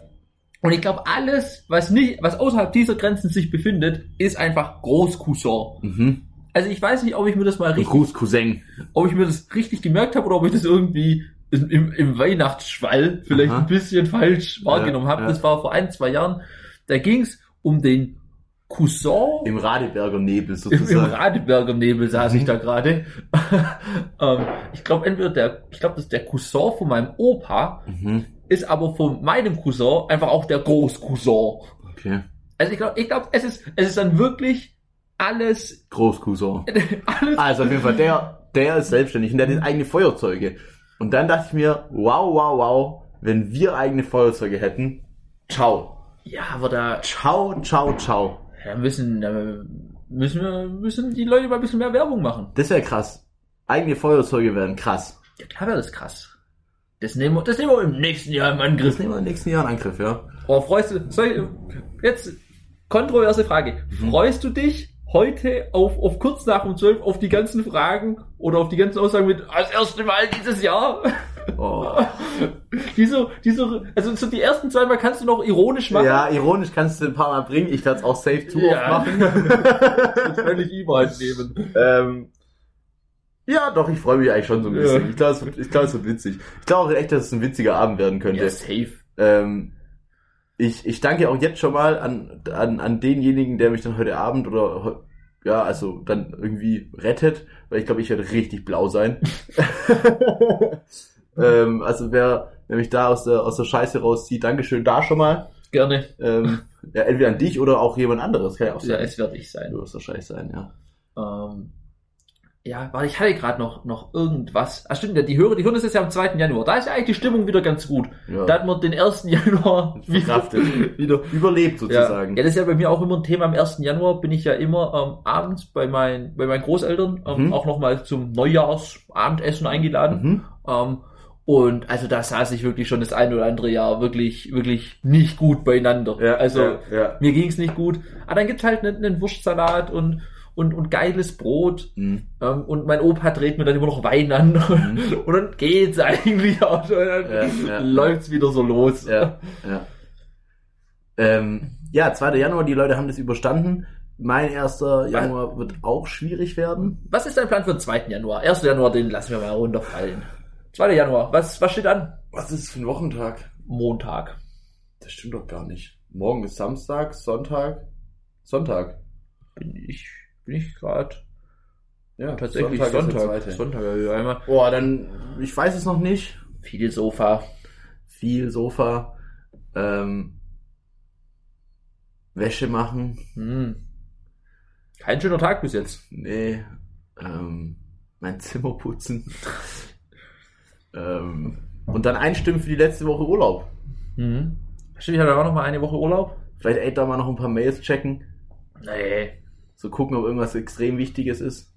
[SPEAKER 2] Und ich glaube, alles, was nicht, was außerhalb dieser Grenzen sich befindet, ist einfach Großcousin.
[SPEAKER 1] Mhm.
[SPEAKER 2] Also ich weiß nicht, ob ich mir das mal
[SPEAKER 1] Und
[SPEAKER 2] richtig
[SPEAKER 1] Großcousin.
[SPEAKER 2] ob ich mir das richtig gemerkt habe oder ob ich das irgendwie im, im- im Weihnachtsschwall vielleicht
[SPEAKER 1] Aha.
[SPEAKER 2] ein bisschen falsch wahrgenommen habe.
[SPEAKER 1] ja.
[SPEAKER 2] Das war vor ein, zwei Jahren. Da ging es um den Cousin
[SPEAKER 1] Im Radeberger Nebel
[SPEAKER 2] im, im
[SPEAKER 1] sozusagen.
[SPEAKER 2] Radeberger Nebel saß
[SPEAKER 1] Mhm.
[SPEAKER 2] ich da gerade. ähm, ich glaube, entweder der, ich glaube, das ist der Cousin von meinem Opa,
[SPEAKER 1] Mhm.
[SPEAKER 2] ist aber von meinem Cousin einfach auch der Großcousin.
[SPEAKER 1] Okay.
[SPEAKER 2] Also ich glaube, ich glaub, es ist, es ist dann wirklich alles,
[SPEAKER 1] Großcousin.
[SPEAKER 2] alles
[SPEAKER 1] Also auf jeden Fall, der, der ist selbstständig und der hat jetzt eigene Feuerzeuge. Und dann dachte ich mir, wow, wow, wow, wenn wir eigene Feuerzeuge hätten, ciao.
[SPEAKER 2] ja, aber da,
[SPEAKER 1] Ciao, ciao, ciao.
[SPEAKER 2] Da müssen, da müssen wir, müssen die Leute mal ein bisschen mehr Werbung machen.
[SPEAKER 1] Das wäre krass. Eigene Feuerzeuge wären krass.
[SPEAKER 2] Ja, klar wäre das krass. Das nehmen wir, das nehmen wir im nächsten Jahr im
[SPEAKER 1] Das
[SPEAKER 2] Angriff.
[SPEAKER 1] nehmen wir in den nächsten Jahren Angriff, ja?
[SPEAKER 2] Oh, freust du, soll, jetzt, kontroverse Frage.
[SPEAKER 1] Mhm.
[SPEAKER 2] Freust du dich heute auf, auf kurz nach um 12 auf die ganzen Fragen oder auf die ganzen Aussagen mit, als erste Mal dieses Jahr?
[SPEAKER 1] Oh.
[SPEAKER 2] Die so, die so, also so die ersten zwei Mal kannst du noch ironisch machen.
[SPEAKER 1] Ja, ironisch kannst du ein paar Mal bringen. Ich werde es auch safe too oft
[SPEAKER 2] Ja.
[SPEAKER 1] machen.
[SPEAKER 2] Das wird völlig überhand halt nehmen.
[SPEAKER 1] Ähm, ja, doch, ich freue mich eigentlich schon so ein bisschen.
[SPEAKER 2] Ja.
[SPEAKER 1] Ich glaube, es, wird- ich glaub, es wird witzig. Ich glaube auch echt, dass es ein witziger Abend werden könnte.
[SPEAKER 2] Ja, safe.
[SPEAKER 1] Ähm, ich, ich danke auch jetzt schon mal an, an, an denjenigen, der mich dann heute Abend oder heu- ja, also dann irgendwie rettet, weil ich glaube, ich werde richtig blau sein. ähm, also wer, wer mich da aus der, aus der Scheiße rauszieht, Dankeschön da schon mal.
[SPEAKER 2] Gerne.
[SPEAKER 1] Ähm, ja, entweder an dich oder auch jemand anderes, kann ja auch
[SPEAKER 2] Ja,
[SPEAKER 1] sein.
[SPEAKER 2] es wird ich sein.
[SPEAKER 1] du wirst wahrscheinlich sein, ja.
[SPEAKER 2] Ähm, ja, warte, ich hatte gerade noch, noch irgendwas. Ah, stimmt, ja, die Hörer, die hören das jetzt ja am 2. Januar. Da ist ja eigentlich die Stimmung wieder ganz gut.
[SPEAKER 1] ja.
[SPEAKER 2] Da hat man den 1. Januar wieder,
[SPEAKER 1] Verkraftet.
[SPEAKER 2] wieder.
[SPEAKER 1] Überlebt
[SPEAKER 2] Ja. ja,
[SPEAKER 1] sozusagen.
[SPEAKER 2] das ist ja bei mir auch immer ein Thema. Am 1. Januar bin ich ja immer ähm, abends bei, mein, bei meinen Großeltern ähm,
[SPEAKER 1] Mhm.
[SPEAKER 2] auch nochmal zum Neujahrs-Abendessen eingeladen.
[SPEAKER 1] Mhm.
[SPEAKER 2] Ähm, und also da saß ich wirklich schon das ein oder andere Jahr wirklich, wirklich nicht gut beieinander.
[SPEAKER 1] Ja,
[SPEAKER 2] also
[SPEAKER 1] ja, ja.
[SPEAKER 2] mir ging's nicht gut. Aber dann gibt's halt einen, einen Wurstsalat und, und, und geiles Brot.
[SPEAKER 1] Mhm.
[SPEAKER 2] Ähm, und mein Opa dreht mir dann immer noch Wein an.
[SPEAKER 1] Mhm.
[SPEAKER 2] Und dann geht's eigentlich auch schon. Dann
[SPEAKER 1] Ja, ja.
[SPEAKER 2] läuft's wieder so los.
[SPEAKER 1] Ja, ja. Ähm, ja, 2. Januar, die Leute haben das überstanden. Mein 1. Januar wird auch schwierig werden.
[SPEAKER 2] Was ist dein Plan für den 2. Januar? 1. Januar, den lassen wir mal runterfallen. 2. Januar, was, was steht an?
[SPEAKER 1] Was ist für ein Wochentag?
[SPEAKER 2] Montag.
[SPEAKER 1] Das stimmt doch gar nicht. Morgen ist Samstag, Sonntag. Sonntag.
[SPEAKER 2] Bin ich, bin ich gerade
[SPEAKER 1] Ja,
[SPEAKER 2] tatsächlich
[SPEAKER 1] Sonntag. ist der
[SPEAKER 2] Sonntag.
[SPEAKER 1] zweite.
[SPEAKER 2] Sonntag, ja, einmal.
[SPEAKER 1] Boah, dann, ich weiß es noch nicht.
[SPEAKER 2] Viel Sofa.
[SPEAKER 1] Viel Sofa, ähm, Wäsche machen.
[SPEAKER 2] Hm. Kein schöner Tag bis jetzt.
[SPEAKER 1] Nee, ähm, mein Zimmer putzen. ähm, und dann einstimmen für die letzte Woche Urlaub. Hm.
[SPEAKER 2] Mhm. Stimmt, ich hatte auch noch mal eine Woche Urlaub.
[SPEAKER 1] Vielleicht echt da mal noch ein paar Mails checken,
[SPEAKER 2] Nee.
[SPEAKER 1] so gucken, ob irgendwas extrem Wichtiges ist.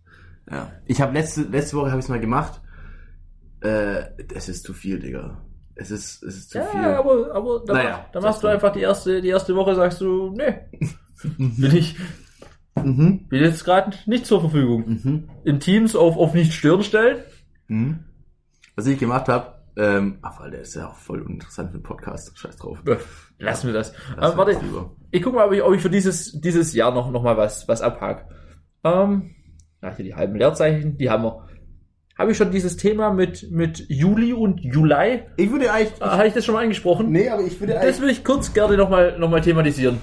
[SPEAKER 1] Ja. Ich habe letzte, letzte Woche habe ich es mal gemacht. Äh, es ist zu viel, Digga. Es ist, es ist zu
[SPEAKER 2] ja,
[SPEAKER 1] viel.
[SPEAKER 2] aber, aber da,
[SPEAKER 1] Naja,
[SPEAKER 2] mach, da
[SPEAKER 1] sagst
[SPEAKER 2] machst du
[SPEAKER 1] du.
[SPEAKER 2] einfach die erste, die erste Woche, sagst du, nee, bin ich,
[SPEAKER 1] Mhm.
[SPEAKER 2] bin jetzt gerade nicht zur Verfügung.
[SPEAKER 1] Mhm.
[SPEAKER 2] Im Teams auf, auf nicht stören stellen.
[SPEAKER 1] Mhm. Was ich gemacht habe, ähm, ach, Alter, ist ja auch voll uninteressant für einen Podcast. Scheiß drauf.
[SPEAKER 2] Lassen wir das.
[SPEAKER 1] Lass
[SPEAKER 2] aber warte,
[SPEAKER 1] uns lieber.
[SPEAKER 2] ich guck mal, ob ich, ob ich für dieses, dieses Jahr noch, noch mal was, was abhake. Ähm, ja, hier die halben Leerzeichen, die haben wir. Habe ich schon dieses Thema mit, mit Juli und Juli? Äh,
[SPEAKER 1] Ich würde eigentlich.
[SPEAKER 2] Habe ich das schon mal angesprochen?
[SPEAKER 1] nee, aber ich würde
[SPEAKER 2] Das
[SPEAKER 1] eigentlich.
[SPEAKER 2] würde ich kurz gerne nochmal noch mal thematisieren.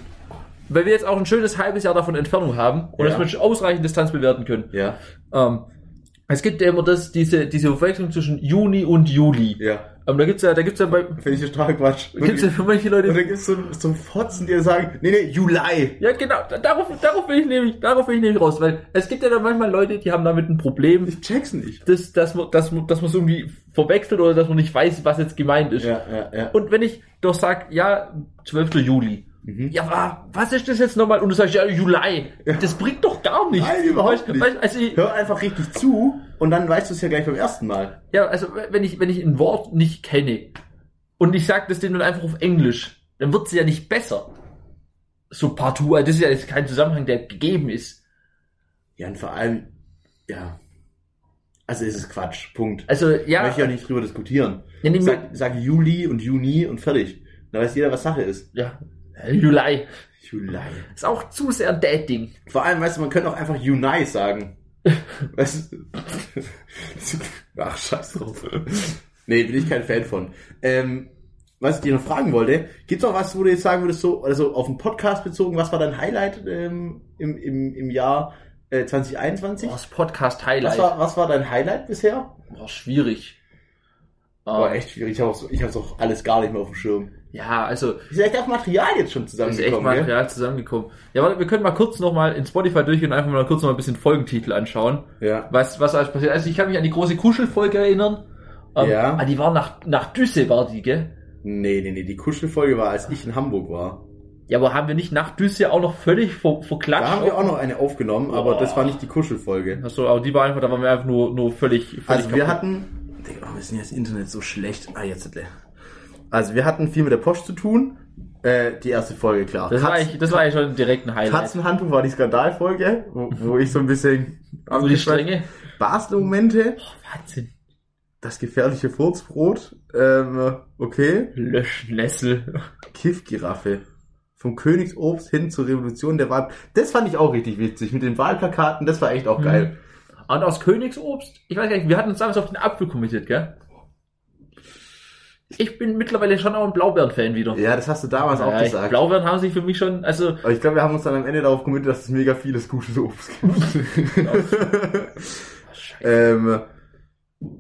[SPEAKER 2] Weil wir jetzt auch ein schönes halbes Jahr davon Entfernung haben und
[SPEAKER 1] Ja.
[SPEAKER 2] das mit ausreichend Distanz bewerten können.
[SPEAKER 1] Ja,
[SPEAKER 2] Ähm, es gibt ja immer das, diese, diese Verwechslung zwischen Juni und Juli.
[SPEAKER 1] ja.
[SPEAKER 2] Ähm, da gibt's ja, da gibt's ja bei,
[SPEAKER 1] Finde ich total Quatsch.
[SPEAKER 2] gibt's ja für manche Leute.
[SPEAKER 1] Und dann gibt's so einen so einen Fotzen, die sagen, nee, nee, Juli.
[SPEAKER 2] Ja, genau, da- darauf, darauf will ich nämlich, darauf will ich nämlich raus, weil es gibt ja dann manchmal Leute, die haben damit ein Problem,
[SPEAKER 1] Ich check's nicht.
[SPEAKER 2] dass, dass man, dass man, dass man es irgendwie verwechselt oder dass man nicht weiß, was jetzt gemeint ist.
[SPEAKER 1] ja, ja.
[SPEAKER 2] Und wenn ich doch sag, ja, 12. Juli.
[SPEAKER 1] Mhm.
[SPEAKER 2] Ja, wa- was ist das jetzt nochmal? Und du sagst, ja, Juli. Das bringt doch gar nichts.
[SPEAKER 1] Nein, überhaupt nicht.
[SPEAKER 2] Weißt- Also, ich-
[SPEAKER 1] Hör einfach richtig zu und dann weißt du es ja gleich beim ersten Mal.
[SPEAKER 2] ja, also, wenn ich, wenn ich ein Wort nicht kenne und ich sag das denen dann einfach auf Englisch, dann wird es ja nicht besser. So partout, das ist ja jetzt kein Zusammenhang, der gegeben ist.
[SPEAKER 1] Ja, und vor allem, ja. Also es ist Quatsch. Punkt.
[SPEAKER 2] Also,
[SPEAKER 1] Da
[SPEAKER 2] ja.
[SPEAKER 1] möchte ich auch nicht drüber diskutieren.
[SPEAKER 2] Ja, nee, mir-
[SPEAKER 1] Sag, sag Juli und Juni und fertig. Dann weiß jeder, was Sache ist.
[SPEAKER 2] Ja. Juli.
[SPEAKER 1] Juli.
[SPEAKER 2] Ist auch zu sehr ein Dating.
[SPEAKER 1] Vor allem, weißt du, man könnte auch einfach Juni sagen. weißt du? Ach, scheiß drauf. nee, bin ich kein Fan von. Ähm, was ich dir noch fragen wollte, gibt's noch was, wo du jetzt sagen würdest, so, also auf den Podcast bezogen, was war dein Highlight ähm, im, im, im Jahr äh, 2021?
[SPEAKER 2] Boah, das Podcast-Highlight.
[SPEAKER 1] Was war, was war dein Highlight bisher?
[SPEAKER 2] Boah, schwierig.
[SPEAKER 1] War
[SPEAKER 2] Ähm,
[SPEAKER 1] echt schwierig. Ich habe auch, ich hab's auch alles gar nicht mehr auf dem Schirm.
[SPEAKER 2] ja, also
[SPEAKER 1] Ist ja echt auf Material jetzt schon
[SPEAKER 2] ist echt
[SPEAKER 1] zusammengekommen, gell?
[SPEAKER 2] Material zusammengekommen. Ja, warte, wir können mal kurz nochmal in Spotify durchgehen und einfach mal kurz noch mal ein bisschen Folgentitel anschauen.
[SPEAKER 1] Ja.
[SPEAKER 2] Was, was alles passiert. Also ich kann mich an die große Kuschelfolge erinnern. Ähm,
[SPEAKER 1] Ja.
[SPEAKER 2] Ah, die war nach, nach Düsse war die, gell?
[SPEAKER 1] Nee, nee, nee. Die Kuschelfolge war, als ich in Hamburg war.
[SPEAKER 2] Ja, aber haben wir nicht nach Düsse auch noch völlig ver, verklatscht?
[SPEAKER 1] Da haben wir auch noch eine aufgenommen, aber
[SPEAKER 2] Boah.
[SPEAKER 1] das war nicht die Kuschelfolge.
[SPEAKER 2] Achso, aber die war einfach, da waren wir einfach nur, nur völlig, völlig
[SPEAKER 1] Also wir
[SPEAKER 2] kaputt.
[SPEAKER 1] hatten. Digga, warum ist denn jetzt Internet so schlecht? Ah, jetzt. hat er- Also wir hatten viel mit der Post zu tun. Äh, die erste Folge, klar.
[SPEAKER 2] das, war
[SPEAKER 1] Katzen-
[SPEAKER 2] eigentlich, das war eigentlich schon direkt ein Highlight.
[SPEAKER 1] Katzenhandtuch war die Skandalfolge, wo, wo ich so ein bisschen.
[SPEAKER 2] Über die Stränge.
[SPEAKER 1] Bastelmomente.
[SPEAKER 2] Boah, Wahnsinn.
[SPEAKER 1] Das gefährliche Furzbrot. Ähm, okay.
[SPEAKER 2] Löschen, Lessel.
[SPEAKER 1] Kiffgiraffe. Vom Königsobst hin zur Revolution der Wahl. Das fand ich auch richtig witzig. Mit den Wahlplakaten, das war echt
[SPEAKER 2] Hm.
[SPEAKER 1] auch geil.
[SPEAKER 2] Und aus Königsobst, ich weiß gar nicht, wir hatten uns damals auf den Apfel committed, gell? Ich bin mittlerweile schon auch ein Blaubeeren-Fan wieder.
[SPEAKER 1] Ja, das hast du damals auch
[SPEAKER 2] Ja, ich-
[SPEAKER 1] gesagt.
[SPEAKER 2] Blaubeeren haben sich für mich schon, also,
[SPEAKER 1] Aber ich glaube, wir haben uns dann am Ende darauf committet, dass es mega vieles gutes Obst gibt. ähm,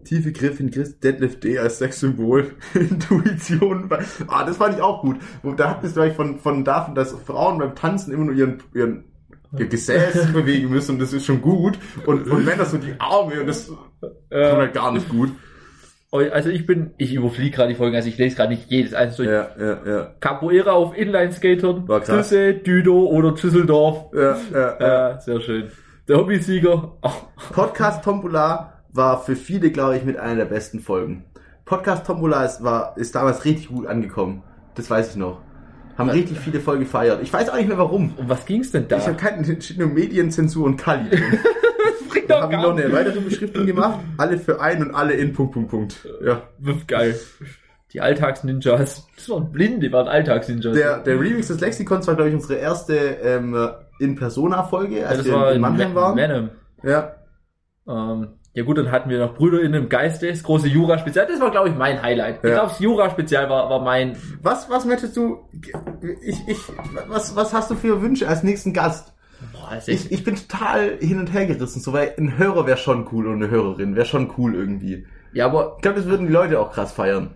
[SPEAKER 1] tiefe Griff in Christ, Deadlift D als Sexsymbol, Intuition. bei- Ah, das fand ich auch gut. Wo- Da hattest du euch von, von davon, dass Frauen beim Tanzen immer nur ihren, ihren ihr Gesäß bewegen müssen und das ist schon gut. Und, und Männer so die Arme und das kommt
[SPEAKER 2] äh,
[SPEAKER 1] halt gar nicht gut.
[SPEAKER 2] also ich bin, ich überfliege gerade die Folgen, also ich lese gerade nicht jedes einzelne durch.
[SPEAKER 1] Ja, ja, ja.
[SPEAKER 2] Capoeira auf Inline-Skatern,
[SPEAKER 1] War krass.
[SPEAKER 2] Düsse, Düdo oder Düsseldorf.
[SPEAKER 1] ja, ja, ja.
[SPEAKER 2] Ja, sehr schön. Der Hobby-Sieger. Ach,
[SPEAKER 1] Podcast Tombola war für viele, glaube ich, mit einer der besten Folgen. Podcast Tombola ist, war, ist damals richtig gut angekommen. Das weiß ich noch. Haben richtig viele voll gefeiert. Ich weiß auch nicht mehr warum.
[SPEAKER 2] um was ging's denn da?
[SPEAKER 1] Ich habe keine steht nur Medienzensur und Kali. drin.
[SPEAKER 2] krieg
[SPEAKER 1] Da haben wir noch eine weitere Beschriftung gemacht. Alle für ein und alle in Punkt, Punkt, Punkt. Ja.
[SPEAKER 2] Geil. Die Alltags-Ninjas. Das waren Blinde, waren Alltags-Ninjas.
[SPEAKER 1] Der, der Remix des Lexikons war, glaube ich, unsere erste ähm, In-Persona-Folge, als
[SPEAKER 2] Also das
[SPEAKER 1] wir
[SPEAKER 2] war
[SPEAKER 1] in Mannheim waren.
[SPEAKER 2] Mannheim.
[SPEAKER 1] Ja.
[SPEAKER 2] Ähm, ja gut, dann hatten wir noch Brüder in dem Geiste, das große Jura-Spezial. Das war, glaube ich, mein Highlight. Ich
[SPEAKER 1] Ja.
[SPEAKER 2] glaube, das Jura-Spezial war, war mein...
[SPEAKER 1] Was, was möchtest du, ich, ich, was, was hast du für Wünsche als nächsten Gast?
[SPEAKER 2] Boah, das ist
[SPEAKER 1] Ich,
[SPEAKER 2] echt,
[SPEAKER 1] ich bin total hin und her gerissen, so weil ein Hörer wäre schon cool und eine Hörerin wäre schon cool irgendwie.
[SPEAKER 2] ja, aber
[SPEAKER 1] Ich glaube, das würden die Leute auch krass feiern.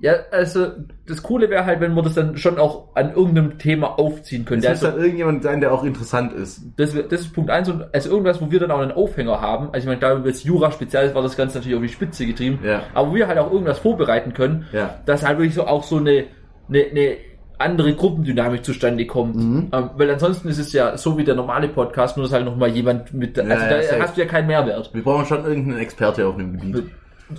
[SPEAKER 2] ja, also das Coole wäre halt, wenn wir das dann schon auch an irgendeinem Thema aufziehen
[SPEAKER 1] Es
[SPEAKER 2] können.
[SPEAKER 1] muss
[SPEAKER 2] Also,
[SPEAKER 1] dann irgendjemand sein, der auch interessant ist.
[SPEAKER 2] das, wär- das ist Punkt eins und also irgendwas, wo wir dann auch einen Aufhänger haben. Also ich meine, klar, über das Jura-Spezial war das Ganze natürlich auf die Spitze getrieben.
[SPEAKER 1] Ja.
[SPEAKER 2] Aber wo wir halt auch irgendwas vorbereiten können,
[SPEAKER 1] Ja.
[SPEAKER 2] dass halt wirklich so auch so eine, eine, eine andere Gruppendynamik zustande kommt.
[SPEAKER 1] Mhm.
[SPEAKER 2] Ähm, weil ansonsten ist es ja so wie der normale Podcast, nur dass halt nochmal jemand mit, also
[SPEAKER 1] Ja, ja,
[SPEAKER 2] da
[SPEAKER 1] safe.
[SPEAKER 2] hast du ja keinen Mehrwert.
[SPEAKER 1] Wir brauchen schon irgendeinen Experte auf dem Gebiet.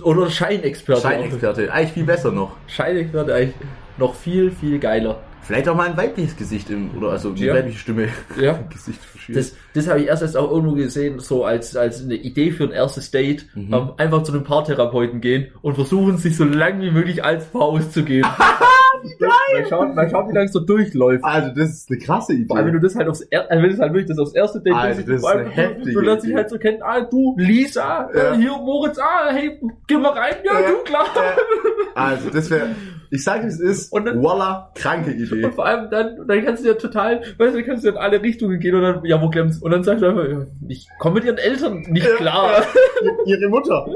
[SPEAKER 2] Oder Scheinexperte.
[SPEAKER 1] Scheinexperte. Eigentlich viel besser noch.
[SPEAKER 2] Scheinexperte eigentlich noch viel, viel geiler.
[SPEAKER 1] Vielleicht auch mal ein weibliches Gesicht im, oder also eine
[SPEAKER 2] Ja.
[SPEAKER 1] weibliche Stimme.
[SPEAKER 2] Ja.
[SPEAKER 1] Gesicht verschwierig.
[SPEAKER 2] Das, das habe ich erst jetzt auch irgendwo gesehen, so als, als eine Idee für ein erstes Date.
[SPEAKER 1] Mhm.
[SPEAKER 2] Ähm, einfach zu einem Paartherapeuten gehen und versuchen, sich so lang wie möglich als Paar auszugehen. Mal schauen, mal schauen, wie lange es so durchläuft.
[SPEAKER 1] Also, das ist eine krasse Idee.
[SPEAKER 2] Vor allem, wenn du das halt aufs, er also wenn das halt wirklich das aufs erste Date
[SPEAKER 1] Alter, das ist
[SPEAKER 2] vor allem,
[SPEAKER 1] eine
[SPEAKER 2] du-
[SPEAKER 1] heftige
[SPEAKER 2] du lernst dich
[SPEAKER 1] Idee.
[SPEAKER 2] halt so kennen, ah, du, Lisa,
[SPEAKER 1] Ja.
[SPEAKER 2] äh, hier, Moritz, ah, hey, geh mal rein, ja,
[SPEAKER 1] Ja.
[SPEAKER 2] du, klar.
[SPEAKER 1] Äh, Also, das wäre, ich sage, es ist,
[SPEAKER 2] Und dann-
[SPEAKER 1] voila, kranke Idee.
[SPEAKER 2] Und vor allem dann, dann kannst du ja total, weißt du, dann kannst du in alle Richtungen gehen und dann, ja, wo klemmt's? Und dann sagst du einfach, ja, ich komme mit ihren Eltern nicht
[SPEAKER 1] Ja,
[SPEAKER 2] klar.
[SPEAKER 1] Ihre Mutter.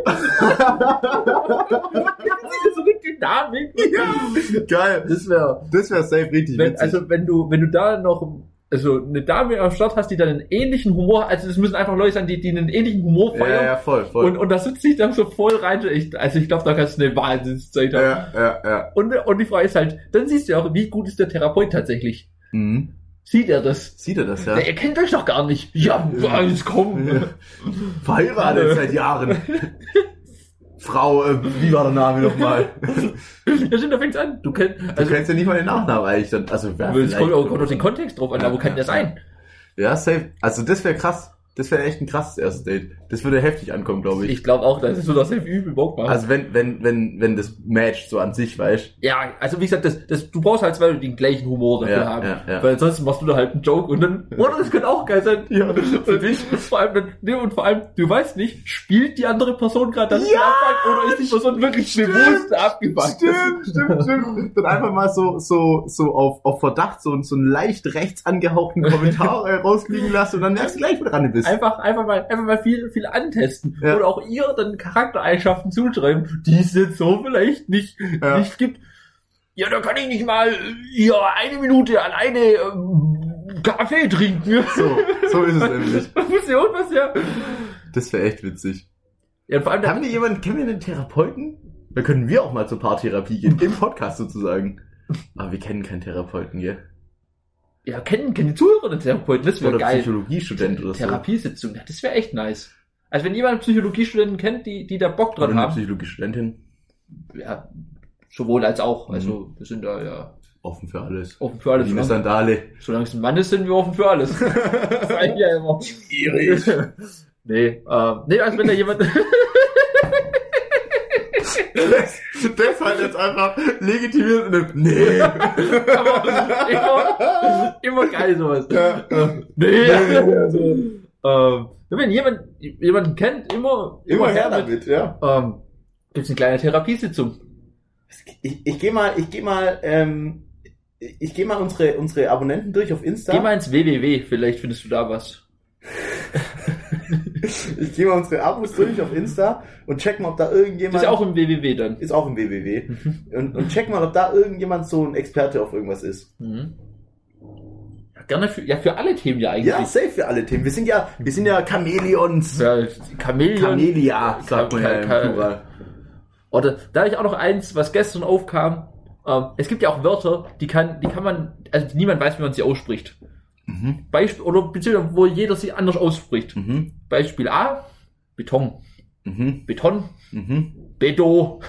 [SPEAKER 2] Das ist so eine Dynamik.
[SPEAKER 1] Geil.
[SPEAKER 2] Das wäre,
[SPEAKER 1] Das wäre safe richtig
[SPEAKER 2] wenn,
[SPEAKER 1] witzig.
[SPEAKER 2] also wenn du, wenn du da noch, also eine Dame am Start hast, die dann einen ähnlichen Humor, also es müssen einfach Leute sein, die, die einen ähnlichen Humor
[SPEAKER 1] ja,
[SPEAKER 2] feiern.
[SPEAKER 1] ja, ja, voll, voll.
[SPEAKER 2] Und, und da sitzt ich dann so voll rein. Ich, also ich glaube, da kannst du eine Wahnsinnszeit haben.
[SPEAKER 1] ja, ja, ja.
[SPEAKER 2] Und, und die Frage ist halt, dann siehst du ja auch, wie gut ist der Therapeut tatsächlich?
[SPEAKER 1] Mhm.
[SPEAKER 2] Sieht er das?
[SPEAKER 1] Sieht er das, ja?
[SPEAKER 2] Er kennt euch doch gar nicht. Ja, alles komm.
[SPEAKER 1] Ja. Verheiratet seit Jahren. Frau, äh, wie war der Name nochmal?
[SPEAKER 2] Ja, stimmt, da fängt's an. Du kennst,
[SPEAKER 1] Du
[SPEAKER 2] also,
[SPEAKER 1] kennst ja nicht mal den Nachnamen eigentlich dann. Also, wer
[SPEAKER 2] es kommt auch kommt auf den Kontext drauf an, aber wo kann der sein?
[SPEAKER 1] Ja, safe. Also, das wäre krass. Das wäre echt ein krasses erstes Date. Das würde heftig ankommen, glaube ich.
[SPEAKER 2] Ich glaube auch, das ist so das sehr übel Bock macht.
[SPEAKER 1] Also, wenn, wenn, wenn, wenn das Match so an sich, weißt
[SPEAKER 2] Ja, also wie gesagt, das, das, du brauchst halt zwei Leute, die den gleichen Humor dafür
[SPEAKER 1] Ja,
[SPEAKER 2] haben.
[SPEAKER 1] ja, ja.
[SPEAKER 2] Weil ansonsten machst du da halt einen Joke und dann, oder das könnte auch geil sein. Ja, für dich. Vor allem, dann, nee, und vor allem, du weißt nicht, spielt die andere Person gerade das
[SPEAKER 1] Ja,
[SPEAKER 2] Abfall oder ist die Person wirklich bewusst abgefuckt?
[SPEAKER 1] Stimmt, stimmt, stimmt. Dann einfach mal so, so, so auf, auf Verdacht so, so einen leicht rechts angehauchten Kommentar äh, rausfliegen lassen und dann merkst du gleich, wo dran du bist.
[SPEAKER 2] Einfach, einfach mal, einfach mal viel, viel antesten.
[SPEAKER 1] Ja.
[SPEAKER 2] Oder auch ihr dann Charaktereigenschaften zuschreiben, die es jetzt so vielleicht nicht,
[SPEAKER 1] Ja.
[SPEAKER 2] nicht gibt. Ja, da kann ich nicht mal, äh, ja, eine Minute alleine, ähm, Kaffee trinken.
[SPEAKER 1] So, so ist es nämlich.
[SPEAKER 2] Das muss ja irgendwas her.
[SPEAKER 1] Das wäre echt witzig.
[SPEAKER 2] Ja, und vor allem,
[SPEAKER 1] Haben wir jemanden, kennen wir einen Therapeuten? Da können wir auch mal zur Paartherapie gehen, im Podcast sozusagen. Aber wir kennen keinen Therapeuten, gell?
[SPEAKER 2] ja, kennen, kennen die Zuhörer den Therapeuten, das wäre
[SPEAKER 1] Oder
[SPEAKER 2] geil.
[SPEAKER 1] Psychologiestudent oder so.
[SPEAKER 2] Therapiesitzung, ja, das wäre echt nice. Also wenn jemand einen Psychologiestudenten kennt, die, die da Bock
[SPEAKER 1] Oder
[SPEAKER 2] dran
[SPEAKER 1] eine
[SPEAKER 2] haben,
[SPEAKER 1] Psychologiestudentin.
[SPEAKER 2] ja, sowohl als auch. Also wir sind da ja
[SPEAKER 1] Offen für alles.
[SPEAKER 2] offen für Oh, alles.
[SPEAKER 1] Mhm. Wie eine
[SPEAKER 2] Solange,
[SPEAKER 1] Sandale.
[SPEAKER 2] solange es ein Mann ist, sind wir offen für alles. das sag ich ja immer. Nee, ähm, nee, also wenn da jemand.
[SPEAKER 1] Das, das halt jetzt einfach legitimiert und dann, nee.
[SPEAKER 2] immer, immer geil sowas.
[SPEAKER 1] Ja.
[SPEAKER 2] Ähm, nee.
[SPEAKER 1] also
[SPEAKER 2] Ähm, wenn jemand jemanden kennt, immer,
[SPEAKER 1] Immer her damit, ja.
[SPEAKER 2] Ähm, gibt's eine kleine Therapiesitzung.
[SPEAKER 1] Ich, ich gehe mal, ich gehe mal, ähm, ich gehe mal unsere, unsere Abonnenten durch auf Insta.
[SPEAKER 2] Geh mal ins www, vielleicht findest du da was.
[SPEAKER 1] ich gehe mal unsere Abos durch auf Insta und check mal, ob da irgendjemand.
[SPEAKER 2] Das ist auch Mhm. im www dann.
[SPEAKER 1] ist auch im WWW. Und, und check mal, ob da irgendjemand so ein Experte auf irgendwas ist.
[SPEAKER 2] Mhm. Ja, gerne für, ja, für alle Themen ja
[SPEAKER 1] Ja,
[SPEAKER 2] eigentlich.
[SPEAKER 1] safe für alle Themen. Wir sind ja, wir sind ja Chamäleons.
[SPEAKER 2] Ja, Chamäleon.
[SPEAKER 1] Chamelia, sagt man ja im
[SPEAKER 2] Ka- Ka-
[SPEAKER 1] Plural.
[SPEAKER 2] Oder da habe ich auch noch eins, was gestern aufkam. Ähm, es gibt ja auch Wörter, die kann, die kann man, also niemand weiß, wie man sie ausspricht.
[SPEAKER 1] Mhm.
[SPEAKER 2] Beispiel, oder beziehungsweise wo jeder sie anders ausspricht.
[SPEAKER 1] Mhm.
[SPEAKER 2] Beispiel A, Beton.
[SPEAKER 1] Mhm.
[SPEAKER 2] Beton,
[SPEAKER 1] Mhm.
[SPEAKER 2] Bedo.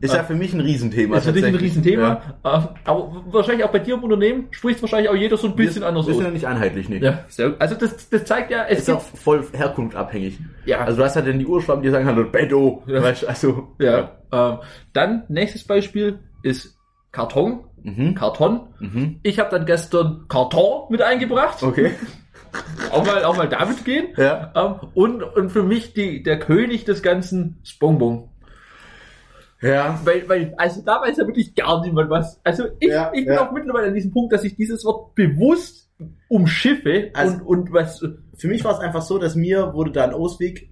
[SPEAKER 1] Ist ja für mich ein Riesenthema.
[SPEAKER 2] Das Ah. ist natürlich ein
[SPEAKER 1] tatsächlich. Ja.
[SPEAKER 2] Riesenthema. Ähm, aber wahrscheinlich auch bei dir im Unternehmen spricht wahrscheinlich auch jeder so ein bisschen
[SPEAKER 1] wir,
[SPEAKER 2] anders
[SPEAKER 1] Wir
[SPEAKER 2] aus.
[SPEAKER 1] sind ja nicht einheitlich, ne?
[SPEAKER 2] Ja, sehr, also das, das zeigt ja, es
[SPEAKER 1] Ist auch
[SPEAKER 2] gibt,
[SPEAKER 1] voll herkunftabhängig.
[SPEAKER 2] ja,
[SPEAKER 1] Also du hast halt dann die Urschwaben, die sagen halt Beto.
[SPEAKER 2] Ja.
[SPEAKER 1] Weißt, du, also,
[SPEAKER 2] ja. Ähm, dann nächstes Beispiel ist Karton,
[SPEAKER 1] Mhm.
[SPEAKER 2] Karton.
[SPEAKER 1] Mhm.
[SPEAKER 2] Ich habe dann gestern Karton mit eingebracht,
[SPEAKER 1] Okay.
[SPEAKER 2] auch mal auch mal damit gehen.
[SPEAKER 1] Ja.
[SPEAKER 2] Ähm, und und für mich die der König des ganzen ist Bonbon.
[SPEAKER 1] Ja.
[SPEAKER 2] Weil, weil, also da weiß ja wirklich gar niemand was. Also ich,
[SPEAKER 1] Ja,
[SPEAKER 2] ich bin
[SPEAKER 1] ja.
[SPEAKER 2] auch mittlerweile an diesem Punkt, dass ich dieses Wort bewusst umschiffe
[SPEAKER 1] Also-
[SPEAKER 2] und, und was. äh,
[SPEAKER 1] Für mich war es einfach so, dass mir wurde da ein Ausweg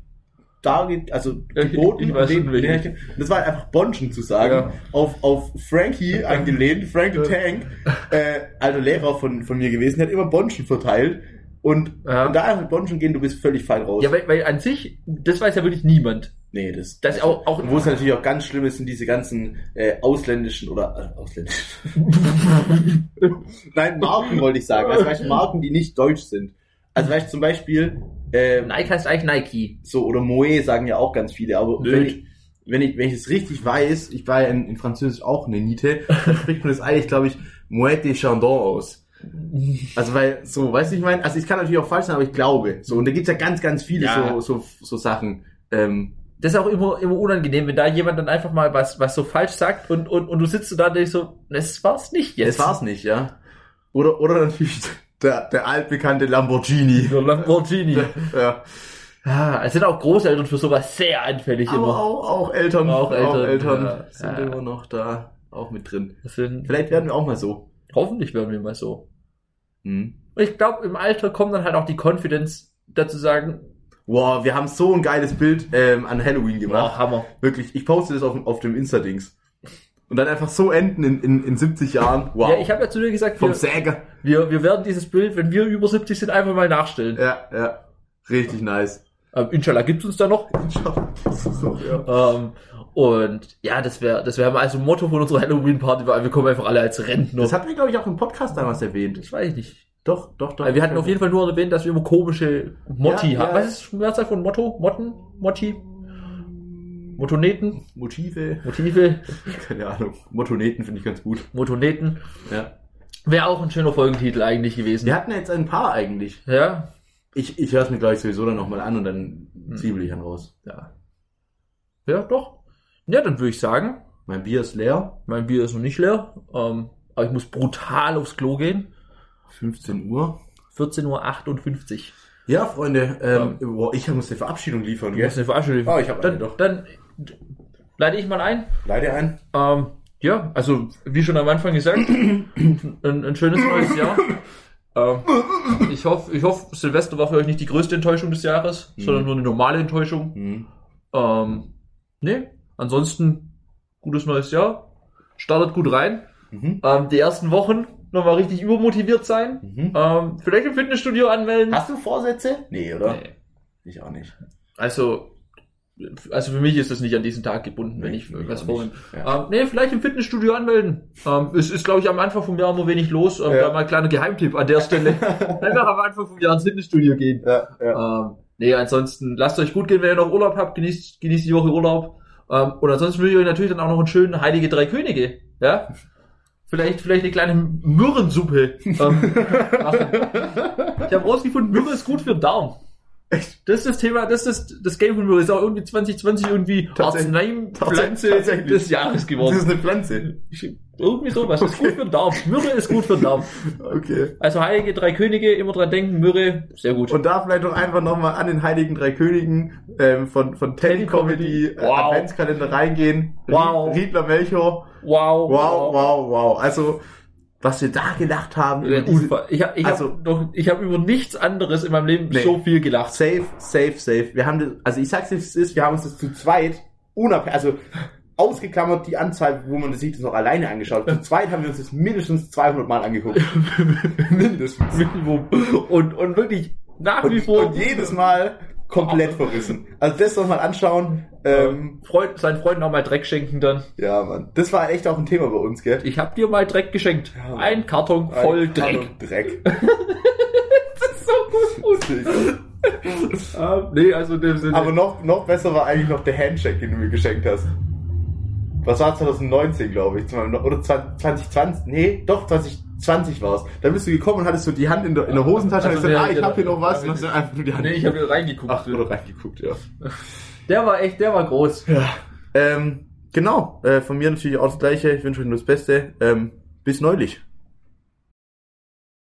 [SPEAKER 1] darge also geboten.
[SPEAKER 2] ich weiß
[SPEAKER 1] und
[SPEAKER 2] schon, welchen.
[SPEAKER 1] den- das war halt einfach Bonschen zu sagen.
[SPEAKER 2] Ja.
[SPEAKER 1] Auf, auf Frankie angelehnt, Frank the Tank, äh, alter Lehrer von, von mir gewesen, der hat immer Bonschen verteilt. Und,
[SPEAKER 2] Ja.
[SPEAKER 1] und da einfach mit Bonschen gehen, du bist völlig fein raus.
[SPEAKER 2] Ja, weil, weil an sich, das weiß ja wirklich niemand.
[SPEAKER 1] nee, das,
[SPEAKER 2] Das auch, auch
[SPEAKER 1] Und wo es natürlich auch ganz schlimm ist, sind diese ganzen äh, ausländischen oder äh, ausländischen. Nein, Marken wollte ich sagen. Also weißt, du, Marken, die nicht deutsch sind. Also weißt du, zum Beispiel äh,
[SPEAKER 2] Nike heißt eigentlich Nike.
[SPEAKER 1] so oder Moe sagen ja auch ganz viele, aber
[SPEAKER 2] Nö.
[SPEAKER 1] wenn ich, wenn ich, wenn ich es richtig weiß, ich war ja in, in Französisch auch eine Niete, dann spricht man das eigentlich, glaube ich, Moët de Chandon aus. Also weil, so, weißt du, ich meine, also ich kann natürlich auch falsch sein, aber ich glaube. So, und da gibt's ja ganz, ganz viele
[SPEAKER 2] Ja.
[SPEAKER 1] so, so, so Sachen. Ähm,
[SPEAKER 2] Das ist auch immer, immer unangenehm, wenn da jemand dann einfach mal was, was so falsch sagt und, und, und du sitzt so da und denkst so, das war's nicht
[SPEAKER 1] das
[SPEAKER 2] jetzt.
[SPEAKER 1] war's nicht, ja. Oder, oder natürlich der, der altbekannte Lamborghini.
[SPEAKER 2] So Lamborghini.
[SPEAKER 1] Ja.
[SPEAKER 2] Ah, es sind auch Großeltern für sowas sehr anfällig
[SPEAKER 1] Aber
[SPEAKER 2] immer.
[SPEAKER 1] auch, auch Eltern,
[SPEAKER 2] Auch Eltern, ja,
[SPEAKER 1] sind
[SPEAKER 2] ja.
[SPEAKER 1] immer noch da, auch mit drin.
[SPEAKER 2] Deswegen,
[SPEAKER 1] Vielleicht werden wir auch mal so.
[SPEAKER 2] hoffentlich werden wir mal so.
[SPEAKER 1] Mhm.
[SPEAKER 2] Und ich glaube, im Alter kommt dann halt auch die Confidence dazu sagen,
[SPEAKER 1] Wow, wir haben so ein geiles Bild ähm, an Halloween gemacht.
[SPEAKER 2] boah, Hammer.
[SPEAKER 1] Wirklich, ich poste das auf, dem- auf dem Insta-Dings. Und dann einfach so enden in, in, in 70 Jahren. Wow.
[SPEAKER 2] Ja, ich habe ja zu dir gesagt,
[SPEAKER 1] Vom
[SPEAKER 2] wir,
[SPEAKER 1] Säger.
[SPEAKER 2] wir, wir werden dieses Bild, wenn wir über 70 sind, einfach mal nachstellen.
[SPEAKER 1] Ja, ja. Richtig nice.
[SPEAKER 2] Ähm, Inshallah gibt's uns da noch.
[SPEAKER 1] so, ja.
[SPEAKER 2] Ähm, und ja, das wäre das wär mal also ein Motto von unserer Halloween-Party, weil wir kommen einfach alle als Rentner.
[SPEAKER 1] Das hatten wir, glaube ich, auch im Podcast damals erwähnt.
[SPEAKER 2] das weiß ich nicht.
[SPEAKER 1] Doch, doch, doch.
[SPEAKER 2] Weil wir hatten auf jeden Fall nur erwähnt, dass wir immer komische Motti
[SPEAKER 1] Ja,
[SPEAKER 2] haben.
[SPEAKER 1] ja.
[SPEAKER 2] Was ist die Mehrzahl von Motto? Motten? Motti? Motoneten?
[SPEAKER 1] Motive.
[SPEAKER 2] Motive?
[SPEAKER 1] Keine Ahnung. Motoneten finde ich ganz gut.
[SPEAKER 2] Motoneten?
[SPEAKER 1] Ja.
[SPEAKER 2] Wäre auch ein schöner Folgentitel eigentlich gewesen.
[SPEAKER 1] Wir hatten jetzt ein paar eigentlich.
[SPEAKER 2] Ja?
[SPEAKER 1] Ich, ich höre es mir, glaube ich, sowieso dann nochmal an und dann zwiebel ich dann raus.
[SPEAKER 2] Ja. Ja, doch. Ja, dann würde ich sagen,
[SPEAKER 1] Mein Bier ist leer.
[SPEAKER 2] mein Bier ist noch nicht leer, ähm, aber ich muss brutal aufs Klo gehen.
[SPEAKER 1] 15 Uhr.
[SPEAKER 2] 14.58 Uhr.
[SPEAKER 1] Ja, Freunde. Ähm, Boah, ich muss eine Verabschiedung liefern.
[SPEAKER 2] Du musst
[SPEAKER 1] Yes.
[SPEAKER 2] eine Verabschiedung.
[SPEAKER 1] Oh, ich hab eine
[SPEAKER 2] dann,
[SPEAKER 1] doch.
[SPEAKER 2] Dann leite ich mal ein.
[SPEAKER 1] Leider ein.
[SPEAKER 2] Ähm, ja, also wie schon am Anfang gesagt, ein, ein schönes neues Jahr. Ähm, ich hoffe, ich hoffe, Silvester war für euch nicht die größte Enttäuschung des Jahres,
[SPEAKER 1] Mhm.
[SPEAKER 2] sondern nur eine normale Enttäuschung.
[SPEAKER 1] Mhm.
[SPEAKER 2] Ähm, nee, ansonsten gutes neues Jahr. Startet gut rein.
[SPEAKER 1] Mhm.
[SPEAKER 2] Ähm, die ersten Wochen nochmal richtig übermotiviert sein.
[SPEAKER 1] Mhm.
[SPEAKER 2] Ähm, vielleicht im Fitnessstudio anmelden.
[SPEAKER 1] Hast du Vorsätze? Nee, oder?
[SPEAKER 2] Nee.
[SPEAKER 1] Ich auch nicht.
[SPEAKER 2] Also, also für mich ist das nicht an diesen Tag gebunden, wenn
[SPEAKER 1] Nee,
[SPEAKER 2] ich
[SPEAKER 1] für mich
[SPEAKER 2] was
[SPEAKER 1] auch
[SPEAKER 2] vornehme.
[SPEAKER 1] nicht. Ja.
[SPEAKER 2] Ähm, nee, vielleicht im Fitnessstudio anmelden. Ähm, es ist, glaube ich, am Anfang vom Jahr immer wenig los. Ähm,
[SPEAKER 1] Ja.
[SPEAKER 2] Da mal ein kleiner Geheimtipp an der Stelle. Einfach am Anfang vom Jahr ins Fitnessstudio gehen.
[SPEAKER 1] Ja, ja.
[SPEAKER 2] Ähm, nee, ansonsten lasst euch gut gehen, wenn ihr noch Urlaub habt. Genießt, genießt die Woche Urlaub. Ähm, und ansonsten wünsche ich euch natürlich dann auch noch einen schönen Heilige Drei Könige. Ja? Vielleicht, vielleicht eine kleine Mürrensuppe. Ähm, machen. ich habe rausgefunden, Mürre ist gut für den Darm.
[SPEAKER 1] Echt?
[SPEAKER 2] Das ist das Thema, das ist das Game von Mürre. Ist auch irgendwie 2020 irgendwie
[SPEAKER 1] Tatsächlich. Tats-
[SPEAKER 2] Arzneipflanze
[SPEAKER 1] tatsächlich.
[SPEAKER 2] des Jahres
[SPEAKER 1] Das
[SPEAKER 2] geworden.
[SPEAKER 1] ist eine Pflanze.
[SPEAKER 2] Ich- Irgendwie sowas. Ist gut für den Darm. Mürre ist gut für den Darm.
[SPEAKER 1] Okay.
[SPEAKER 2] Also Heilige Drei Könige, immer dran denken, Mürre, sehr gut.
[SPEAKER 1] Und da vielleicht doch einfach nochmal an den Heiligen Drei Königen ähm, von, von Teddy Comedy äh,
[SPEAKER 2] Wow.
[SPEAKER 1] Adventskalender reingehen. Ried-
[SPEAKER 2] Wow.
[SPEAKER 1] Riedler Melchior.
[SPEAKER 2] wow.
[SPEAKER 1] Wow, wow, wow. Also, was wir da gedacht haben, über
[SPEAKER 2] Äh,
[SPEAKER 1] diese-
[SPEAKER 2] Unfall. Ich, hab- ich
[SPEAKER 1] Also-
[SPEAKER 2] habe noch, ich habe über nichts anderes in meinem Leben
[SPEAKER 1] Nee.
[SPEAKER 2] so viel gelacht.
[SPEAKER 1] safe, safe, safe. Wir haben das, also ich sag's dir, wie es ist, wir haben uns das zu zweit, unabhängig, also ausgeklammert die Anzahl, wo man das sich das noch alleine angeschaut hat. Zu zweit haben wir uns das mindestens 200 Mal angeguckt. mindestens.
[SPEAKER 2] Minimum. Und, und wirklich nach wie
[SPEAKER 1] Und,
[SPEAKER 2] vor
[SPEAKER 1] und jedes Mal komplett verrissen. Also das nochmal anschauen. Ähm,
[SPEAKER 2] Freund, seinen Freunden auch mal Dreck schenken dann.
[SPEAKER 1] ja, Mann. Das war echt auch ein Thema bei uns, gell?
[SPEAKER 2] Ich habe dir mal Dreck geschenkt.
[SPEAKER 1] Ja.
[SPEAKER 2] Ein Karton voll
[SPEAKER 1] Ein-
[SPEAKER 2] Dreck.
[SPEAKER 1] Dreck.
[SPEAKER 2] So gut. Ähm, nee, also in dem Sinne.
[SPEAKER 1] Aber noch, noch besser war eigentlich noch der Handshake, den du mir geschenkt hast. Was war 2019, glaube ich, zu meinem, oder 20- 2020, nee, doch 2020 war es. Dann bist du gekommen und hattest so die Hand in der, in der Hosentasche und hast
[SPEAKER 2] Also
[SPEAKER 1] gesagt,
[SPEAKER 2] der-
[SPEAKER 1] ah, ich
[SPEAKER 2] der-
[SPEAKER 1] habe hier noch was.
[SPEAKER 2] der-
[SPEAKER 1] Und hast dann einfach nur die Hand.
[SPEAKER 2] nee, ich habe reingeguckt.
[SPEAKER 1] Ach, oder reingeguckt, ja.
[SPEAKER 2] Der war echt, der war groß.
[SPEAKER 1] Ähm, genau, äh, von mir natürlich auch das Gleiche. Ich wünsche euch nur das Beste. Ähm, bis neulich.